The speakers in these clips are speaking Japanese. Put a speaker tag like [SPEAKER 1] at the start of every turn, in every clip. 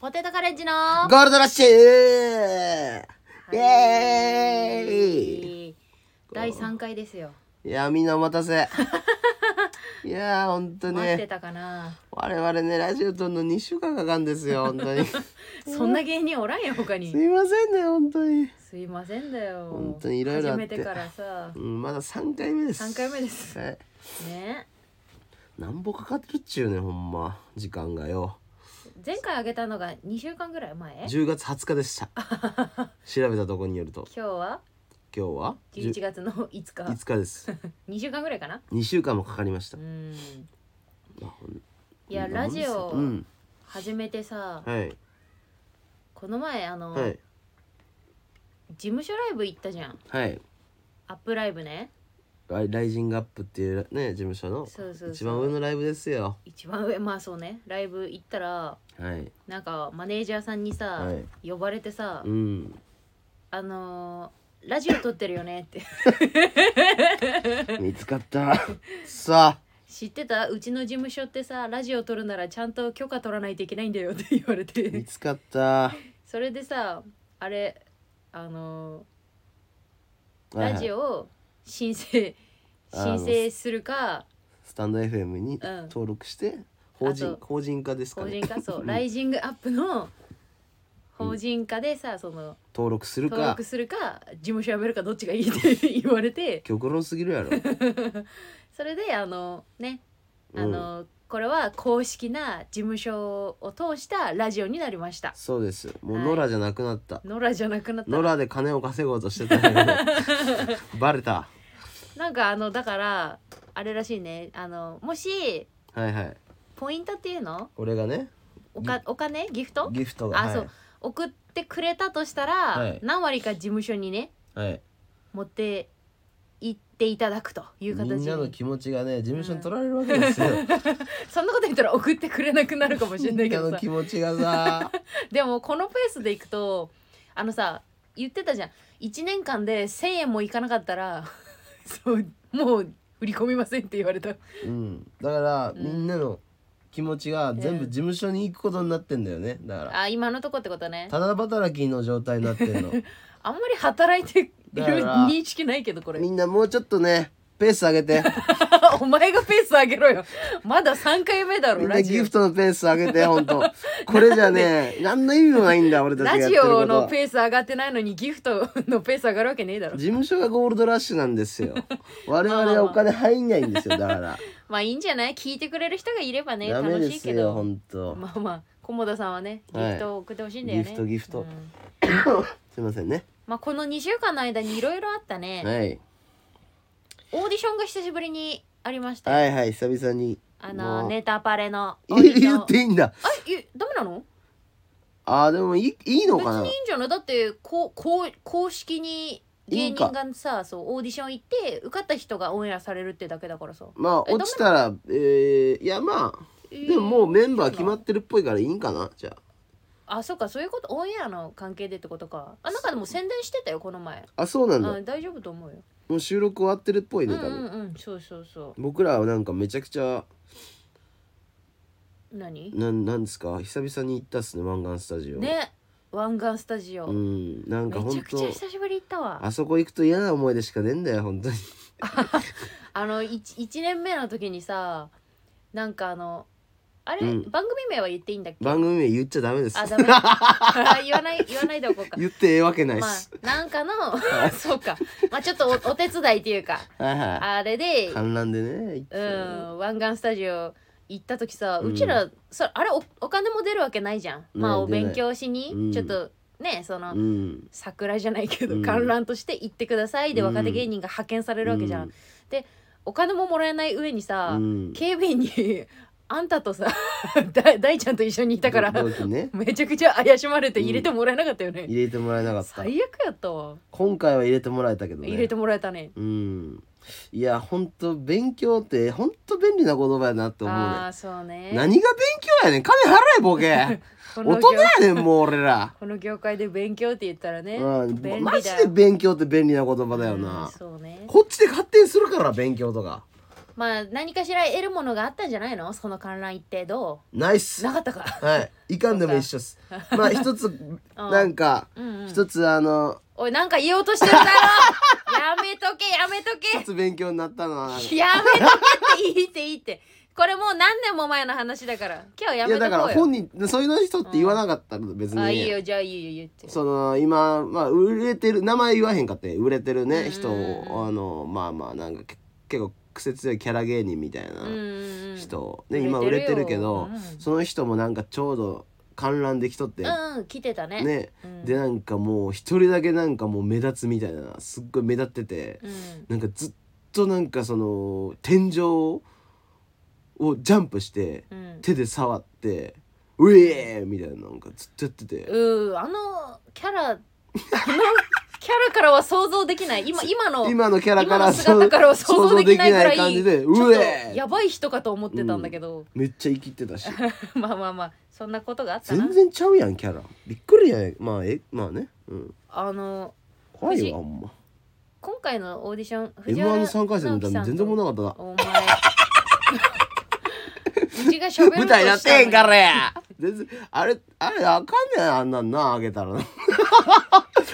[SPEAKER 1] ポテトカレッジのは
[SPEAKER 2] ゴールドラッシュイ
[SPEAKER 1] い
[SPEAKER 2] エーイ
[SPEAKER 1] 第3回ですよ
[SPEAKER 2] いや、みんなお待 たせ。いやー、ほんと
[SPEAKER 1] 待って
[SPEAKER 2] ね。
[SPEAKER 1] たかな
[SPEAKER 2] 我々ね、ラジオ撮るの2週間かかんです よ、ほんとに。す
[SPEAKER 1] そんな芸人おらんよ他
[SPEAKER 2] い
[SPEAKER 1] に
[SPEAKER 2] ませんね、ほんとに。
[SPEAKER 1] すいませんだよ
[SPEAKER 2] 本当に色々あって
[SPEAKER 1] 始めてからさ
[SPEAKER 2] うん、まだ3回目です。
[SPEAKER 1] 3回目です
[SPEAKER 2] はい。
[SPEAKER 1] ね
[SPEAKER 2] なんぼかかってるっちゅうね、ほんま。時間がよ。
[SPEAKER 1] 前回あげたのが2週間ぐらい前今
[SPEAKER 2] 10月20日 でした。調べたとこによると、
[SPEAKER 1] 日は
[SPEAKER 2] 今日は
[SPEAKER 1] 11月の5日
[SPEAKER 2] 5日です。
[SPEAKER 1] 2週間ぐらいかな
[SPEAKER 2] 2週間もかかりました
[SPEAKER 1] う。ん
[SPEAKER 2] まあほん
[SPEAKER 1] いや
[SPEAKER 2] こんなも
[SPEAKER 1] ラ
[SPEAKER 2] んです
[SPEAKER 1] ジ
[SPEAKER 2] よ
[SPEAKER 1] オ
[SPEAKER 2] うん。
[SPEAKER 1] 始めてさ
[SPEAKER 2] はい。
[SPEAKER 1] この前あの
[SPEAKER 2] はい。
[SPEAKER 1] 事務所ライブ行ったじゃん
[SPEAKER 2] はい。
[SPEAKER 1] アップライブね
[SPEAKER 2] ライライジングアップっていうね事務所の
[SPEAKER 1] そうそうそう
[SPEAKER 2] 一番上のライブですよ
[SPEAKER 1] 一番上まあそうねライブ行ったら
[SPEAKER 2] はい
[SPEAKER 1] なんかマネージャーさんにさ、
[SPEAKER 2] はい
[SPEAKER 1] 呼ばれてさ、
[SPEAKER 2] うん
[SPEAKER 1] あのーラジオ撮ってるよねって
[SPEAKER 2] 見つかったさ
[SPEAKER 1] 知ってたうちの事務所ってさラジオ撮るならちゃんと許可取らないといけないんだよって 言われ
[SPEAKER 2] あ見
[SPEAKER 1] て
[SPEAKER 2] つかったは
[SPEAKER 1] それでさあれあのー
[SPEAKER 2] いはい
[SPEAKER 1] ラジオを申請
[SPEAKER 2] あの
[SPEAKER 1] 申請するか
[SPEAKER 2] スタンド FM に
[SPEAKER 1] うん
[SPEAKER 2] 登録して法
[SPEAKER 1] あ
[SPEAKER 2] 人
[SPEAKER 1] と
[SPEAKER 2] 法人化ですか
[SPEAKER 1] 法
[SPEAKER 2] ね
[SPEAKER 1] 人化そうライジングアップの法人化でさその
[SPEAKER 2] 登録する
[SPEAKER 1] 登
[SPEAKER 2] か
[SPEAKER 1] 録するか事務所辞めるかどっちがいいって 言われて
[SPEAKER 2] 極論すぎ るやろ
[SPEAKER 1] それであのね
[SPEAKER 2] うん
[SPEAKER 1] あの、これは公式な事務所を通したラジオになりました
[SPEAKER 2] そうですもう
[SPEAKER 1] はい
[SPEAKER 2] 野良じゃなくなった
[SPEAKER 1] 野良じゃなくなった
[SPEAKER 2] 野良で金を稼ごうとしてたんや けどバレた
[SPEAKER 1] なんかあのだからあれらしいねあのもし
[SPEAKER 2] はいはい
[SPEAKER 1] ポイントっていうの
[SPEAKER 2] 俺がね
[SPEAKER 1] おかお金ギフト
[SPEAKER 2] ギフトが
[SPEAKER 1] あ、
[SPEAKER 2] はい
[SPEAKER 1] そう送ってくれたとしたら、
[SPEAKER 2] はい
[SPEAKER 1] 何割か事務所にね
[SPEAKER 2] はい
[SPEAKER 1] 持って行っていただくという形
[SPEAKER 2] みんなの
[SPEAKER 1] に
[SPEAKER 2] 気持ちがね事務所に取られるわけですよ、
[SPEAKER 1] そんなこと言ったら送ってくれなくなるかもしれないけ
[SPEAKER 2] み
[SPEAKER 1] ど
[SPEAKER 2] んの
[SPEAKER 1] さ
[SPEAKER 2] 気持ちがさ
[SPEAKER 1] でもこのペースでいくとあのさ言ってたじゃん1年間で1,000円もいかなかったら そうもう振り込みませんって言われた
[SPEAKER 2] うん、だから、
[SPEAKER 1] うん
[SPEAKER 2] みんなの気持ちが全部事務所に行くことになってんだよねだから
[SPEAKER 1] あ今のとこってことね
[SPEAKER 2] ただ働きの状態になってんの
[SPEAKER 1] あんまり働いている
[SPEAKER 2] だから
[SPEAKER 1] 認識ないけどこれ
[SPEAKER 2] みんなもうちょっとねペース上 げて
[SPEAKER 1] お前がペース上げろよまだ3回目だ
[SPEAKER 2] み
[SPEAKER 1] ろ
[SPEAKER 2] んな
[SPEAKER 1] ラジ
[SPEAKER 2] ギ
[SPEAKER 1] オ
[SPEAKER 2] フトのペース上げてほんとこれじ ゃね何の意味もないんだ俺たちが
[SPEAKER 1] ラ
[SPEAKER 2] やって
[SPEAKER 1] ジ
[SPEAKER 2] るこ
[SPEAKER 1] オの
[SPEAKER 2] と
[SPEAKER 1] ペース上がってないのにギフトのペース上がるわけねえだろ
[SPEAKER 2] 事務所がゴールドラッシュなんで すよ我々はお金入んないんですよだから
[SPEAKER 1] まあいいんじゃない聞いてくれる人がいればね
[SPEAKER 2] ダメ
[SPEAKER 1] 楽
[SPEAKER 2] で
[SPEAKER 1] しい
[SPEAKER 2] す
[SPEAKER 1] け
[SPEAKER 2] よ
[SPEAKER 1] ど
[SPEAKER 2] ほんと
[SPEAKER 1] まあまあ菰田さんはねギフトを送ってほしいんだよね、
[SPEAKER 2] ギフトギフト
[SPEAKER 1] うん
[SPEAKER 2] すいませんね
[SPEAKER 1] まあ、この2週間の間にいろいろあったね、
[SPEAKER 2] はい
[SPEAKER 1] オーディションが久しぶりにありましたよ、
[SPEAKER 2] はいはい久々に
[SPEAKER 1] あ
[SPEAKER 2] も
[SPEAKER 1] の
[SPEAKER 2] う
[SPEAKER 1] ネタパレのオーディション
[SPEAKER 2] 言っていいんだ
[SPEAKER 1] あえダメなの
[SPEAKER 2] あーでもいいいいの
[SPEAKER 1] 別
[SPEAKER 2] か
[SPEAKER 1] に
[SPEAKER 2] ない
[SPEAKER 1] いんじゃないだってこうこう公式に芸人がさそうオーディション行って受かった人がオンエアされるってだけだからさ、
[SPEAKER 2] まあ
[SPEAKER 1] え
[SPEAKER 2] 落ちたらえー、いやまあ
[SPEAKER 1] え
[SPEAKER 2] でももうメンバー決まってるっぽいからいいんかなじゃ
[SPEAKER 1] あそうかそういうことオンエアの関係でってことかあなんかでも宣伝してたよこの前
[SPEAKER 2] ああそうなんだ、
[SPEAKER 1] あ大丈夫と思うよ、
[SPEAKER 2] もう収録終わってるっぽい
[SPEAKER 1] うん
[SPEAKER 2] ね
[SPEAKER 1] う
[SPEAKER 2] 多分、
[SPEAKER 1] んうんそうそうそ
[SPEAKER 2] 僕らはなんかめちゃくちゃ
[SPEAKER 1] う何
[SPEAKER 2] なんなんですか久々に行ったっすね湾岸スタジオ
[SPEAKER 1] ね湾岸スタジオ、
[SPEAKER 2] うんなんか
[SPEAKER 1] めち
[SPEAKER 2] 本
[SPEAKER 1] ゃくちゃ
[SPEAKER 2] 当
[SPEAKER 1] 久しぶり行ったわ
[SPEAKER 2] あそこ行くと嫌な思い出しかねえんだよ本当に
[SPEAKER 1] あの 1, 一年目の時にさなんかあのあれ、
[SPEAKER 2] うん
[SPEAKER 1] 番組名は言っていいんだっ け
[SPEAKER 2] 番組名言っちゃダメです
[SPEAKER 1] あダメ言わない言わないでおこうか
[SPEAKER 2] 言ってええわけないっ
[SPEAKER 1] まあ
[SPEAKER 2] す、
[SPEAKER 1] なんかのそうかまあちょっ とおお手伝いっていうか
[SPEAKER 2] はいは
[SPEAKER 1] あれ
[SPEAKER 2] い
[SPEAKER 1] でう
[SPEAKER 2] 観覧でね行って
[SPEAKER 1] ん湾岸スタジオ行った時さ
[SPEAKER 2] うん
[SPEAKER 1] うちら、そあれおお金も出るわけないじゃん、まあお
[SPEAKER 2] 出ない
[SPEAKER 1] 勉強しに、
[SPEAKER 2] うん
[SPEAKER 1] ちょっとねその、
[SPEAKER 2] うん
[SPEAKER 1] 桜じゃないけど、
[SPEAKER 2] うん
[SPEAKER 1] 観覧として行ってくださいで
[SPEAKER 2] うん
[SPEAKER 1] 若手芸人が派遣されるわけじゃん、
[SPEAKER 2] うん
[SPEAKER 1] お金ももらえない上にさ、
[SPEAKER 2] うん
[SPEAKER 1] 警備員にあんたとさ だ大ちゃんと一緒にいたから
[SPEAKER 2] 同期ね
[SPEAKER 1] めちゃくちゃ怪しまれて入れてもらえなかったよね、
[SPEAKER 2] 入れてもらえなかった
[SPEAKER 1] 最悪やったわ、
[SPEAKER 2] 今回は入れてもらえたけどね
[SPEAKER 1] 入れてもらえたね
[SPEAKER 2] うんいやほんと勉強ってほんと便利な言葉やなって思う
[SPEAKER 1] あ
[SPEAKER 2] ね
[SPEAKER 1] あそうね
[SPEAKER 2] 何が勉強やねん金払え ボケ
[SPEAKER 1] この
[SPEAKER 2] 大
[SPEAKER 1] 業
[SPEAKER 2] 人やねんもう俺 ら、
[SPEAKER 1] この業界で勉強って言ったらね、
[SPEAKER 2] うん
[SPEAKER 1] 便利だよ
[SPEAKER 2] マジで勉強って便利な言葉だよ
[SPEAKER 1] うん
[SPEAKER 2] な、
[SPEAKER 1] そうね
[SPEAKER 2] こっちで勝手にするから勉強とか
[SPEAKER 1] まあ何かしら得るものがあったんじゃないのその観覧行ってど
[SPEAKER 2] ナイ
[SPEAKER 1] う
[SPEAKER 2] ス
[SPEAKER 1] なかったか
[SPEAKER 2] はいいかんでも一緒っすまあ 一つなんか
[SPEAKER 1] うん、うん、
[SPEAKER 2] 一つあの
[SPEAKER 1] おいなんか言おうとしてるだろ やめとけやめと
[SPEAKER 2] 一
[SPEAKER 1] け
[SPEAKER 2] つ勉強になったのは
[SPEAKER 1] やめとけっていいっていいってこれもう何年も前の話だから今 日や
[SPEAKER 2] い
[SPEAKER 1] め
[SPEAKER 2] や
[SPEAKER 1] とこ
[SPEAKER 2] だ
[SPEAKER 1] う
[SPEAKER 2] か
[SPEAKER 1] よ
[SPEAKER 2] ら本人そういう人って言わなかったの別に
[SPEAKER 1] あいいよじゃあいいよ言って
[SPEAKER 2] その今、まあ、売れてる名前言わへんかって売れてる
[SPEAKER 1] うん
[SPEAKER 2] ね人をあのまあまあなんかけ結構癖強いキャラ芸人みたい
[SPEAKER 1] うん
[SPEAKER 2] な
[SPEAKER 1] うんうん
[SPEAKER 2] 人を、ね、今売れてるけど、
[SPEAKER 1] うん
[SPEAKER 2] その人もなんかちょうど観覧できとって、
[SPEAKER 1] うんうん来てたね
[SPEAKER 2] ね、
[SPEAKER 1] うん
[SPEAKER 2] でなんかもう一人だけなんかもう目立つみたいなすっごい目立ってて、
[SPEAKER 1] うん
[SPEAKER 2] なんかずっとなんかその天井をジャンプして
[SPEAKER 1] うん
[SPEAKER 2] 手で触って「うえー!」みたいななんかずっとやってて。
[SPEAKER 1] うーあのキャラあのキャラからは想像できない今今の
[SPEAKER 2] 今のキャラか
[SPEAKER 1] 今の
[SPEAKER 2] ら
[SPEAKER 1] 姿からは想像できないぐらい
[SPEAKER 2] 想像できない感じで
[SPEAKER 1] ちょ
[SPEAKER 2] う
[SPEAKER 1] っ
[SPEAKER 2] え
[SPEAKER 1] とやばい人かと思ってたんだけど、
[SPEAKER 2] めっちゃ生きてたし
[SPEAKER 1] まあまあまあそんなことがあったな
[SPEAKER 2] 全然ちゃうやんキャラびっくりやねまあえまあねうん
[SPEAKER 1] あの
[SPEAKER 2] 怖い
[SPEAKER 1] 藤
[SPEAKER 2] よあんま
[SPEAKER 1] 今回のオーディション
[SPEAKER 2] m 1の3回戦のために全然も
[SPEAKER 1] な
[SPEAKER 2] なかったな
[SPEAKER 1] お前うちが喋るとしたのに
[SPEAKER 2] 舞台なってんからや全然あれあれあかんねんあんなんなあげたらな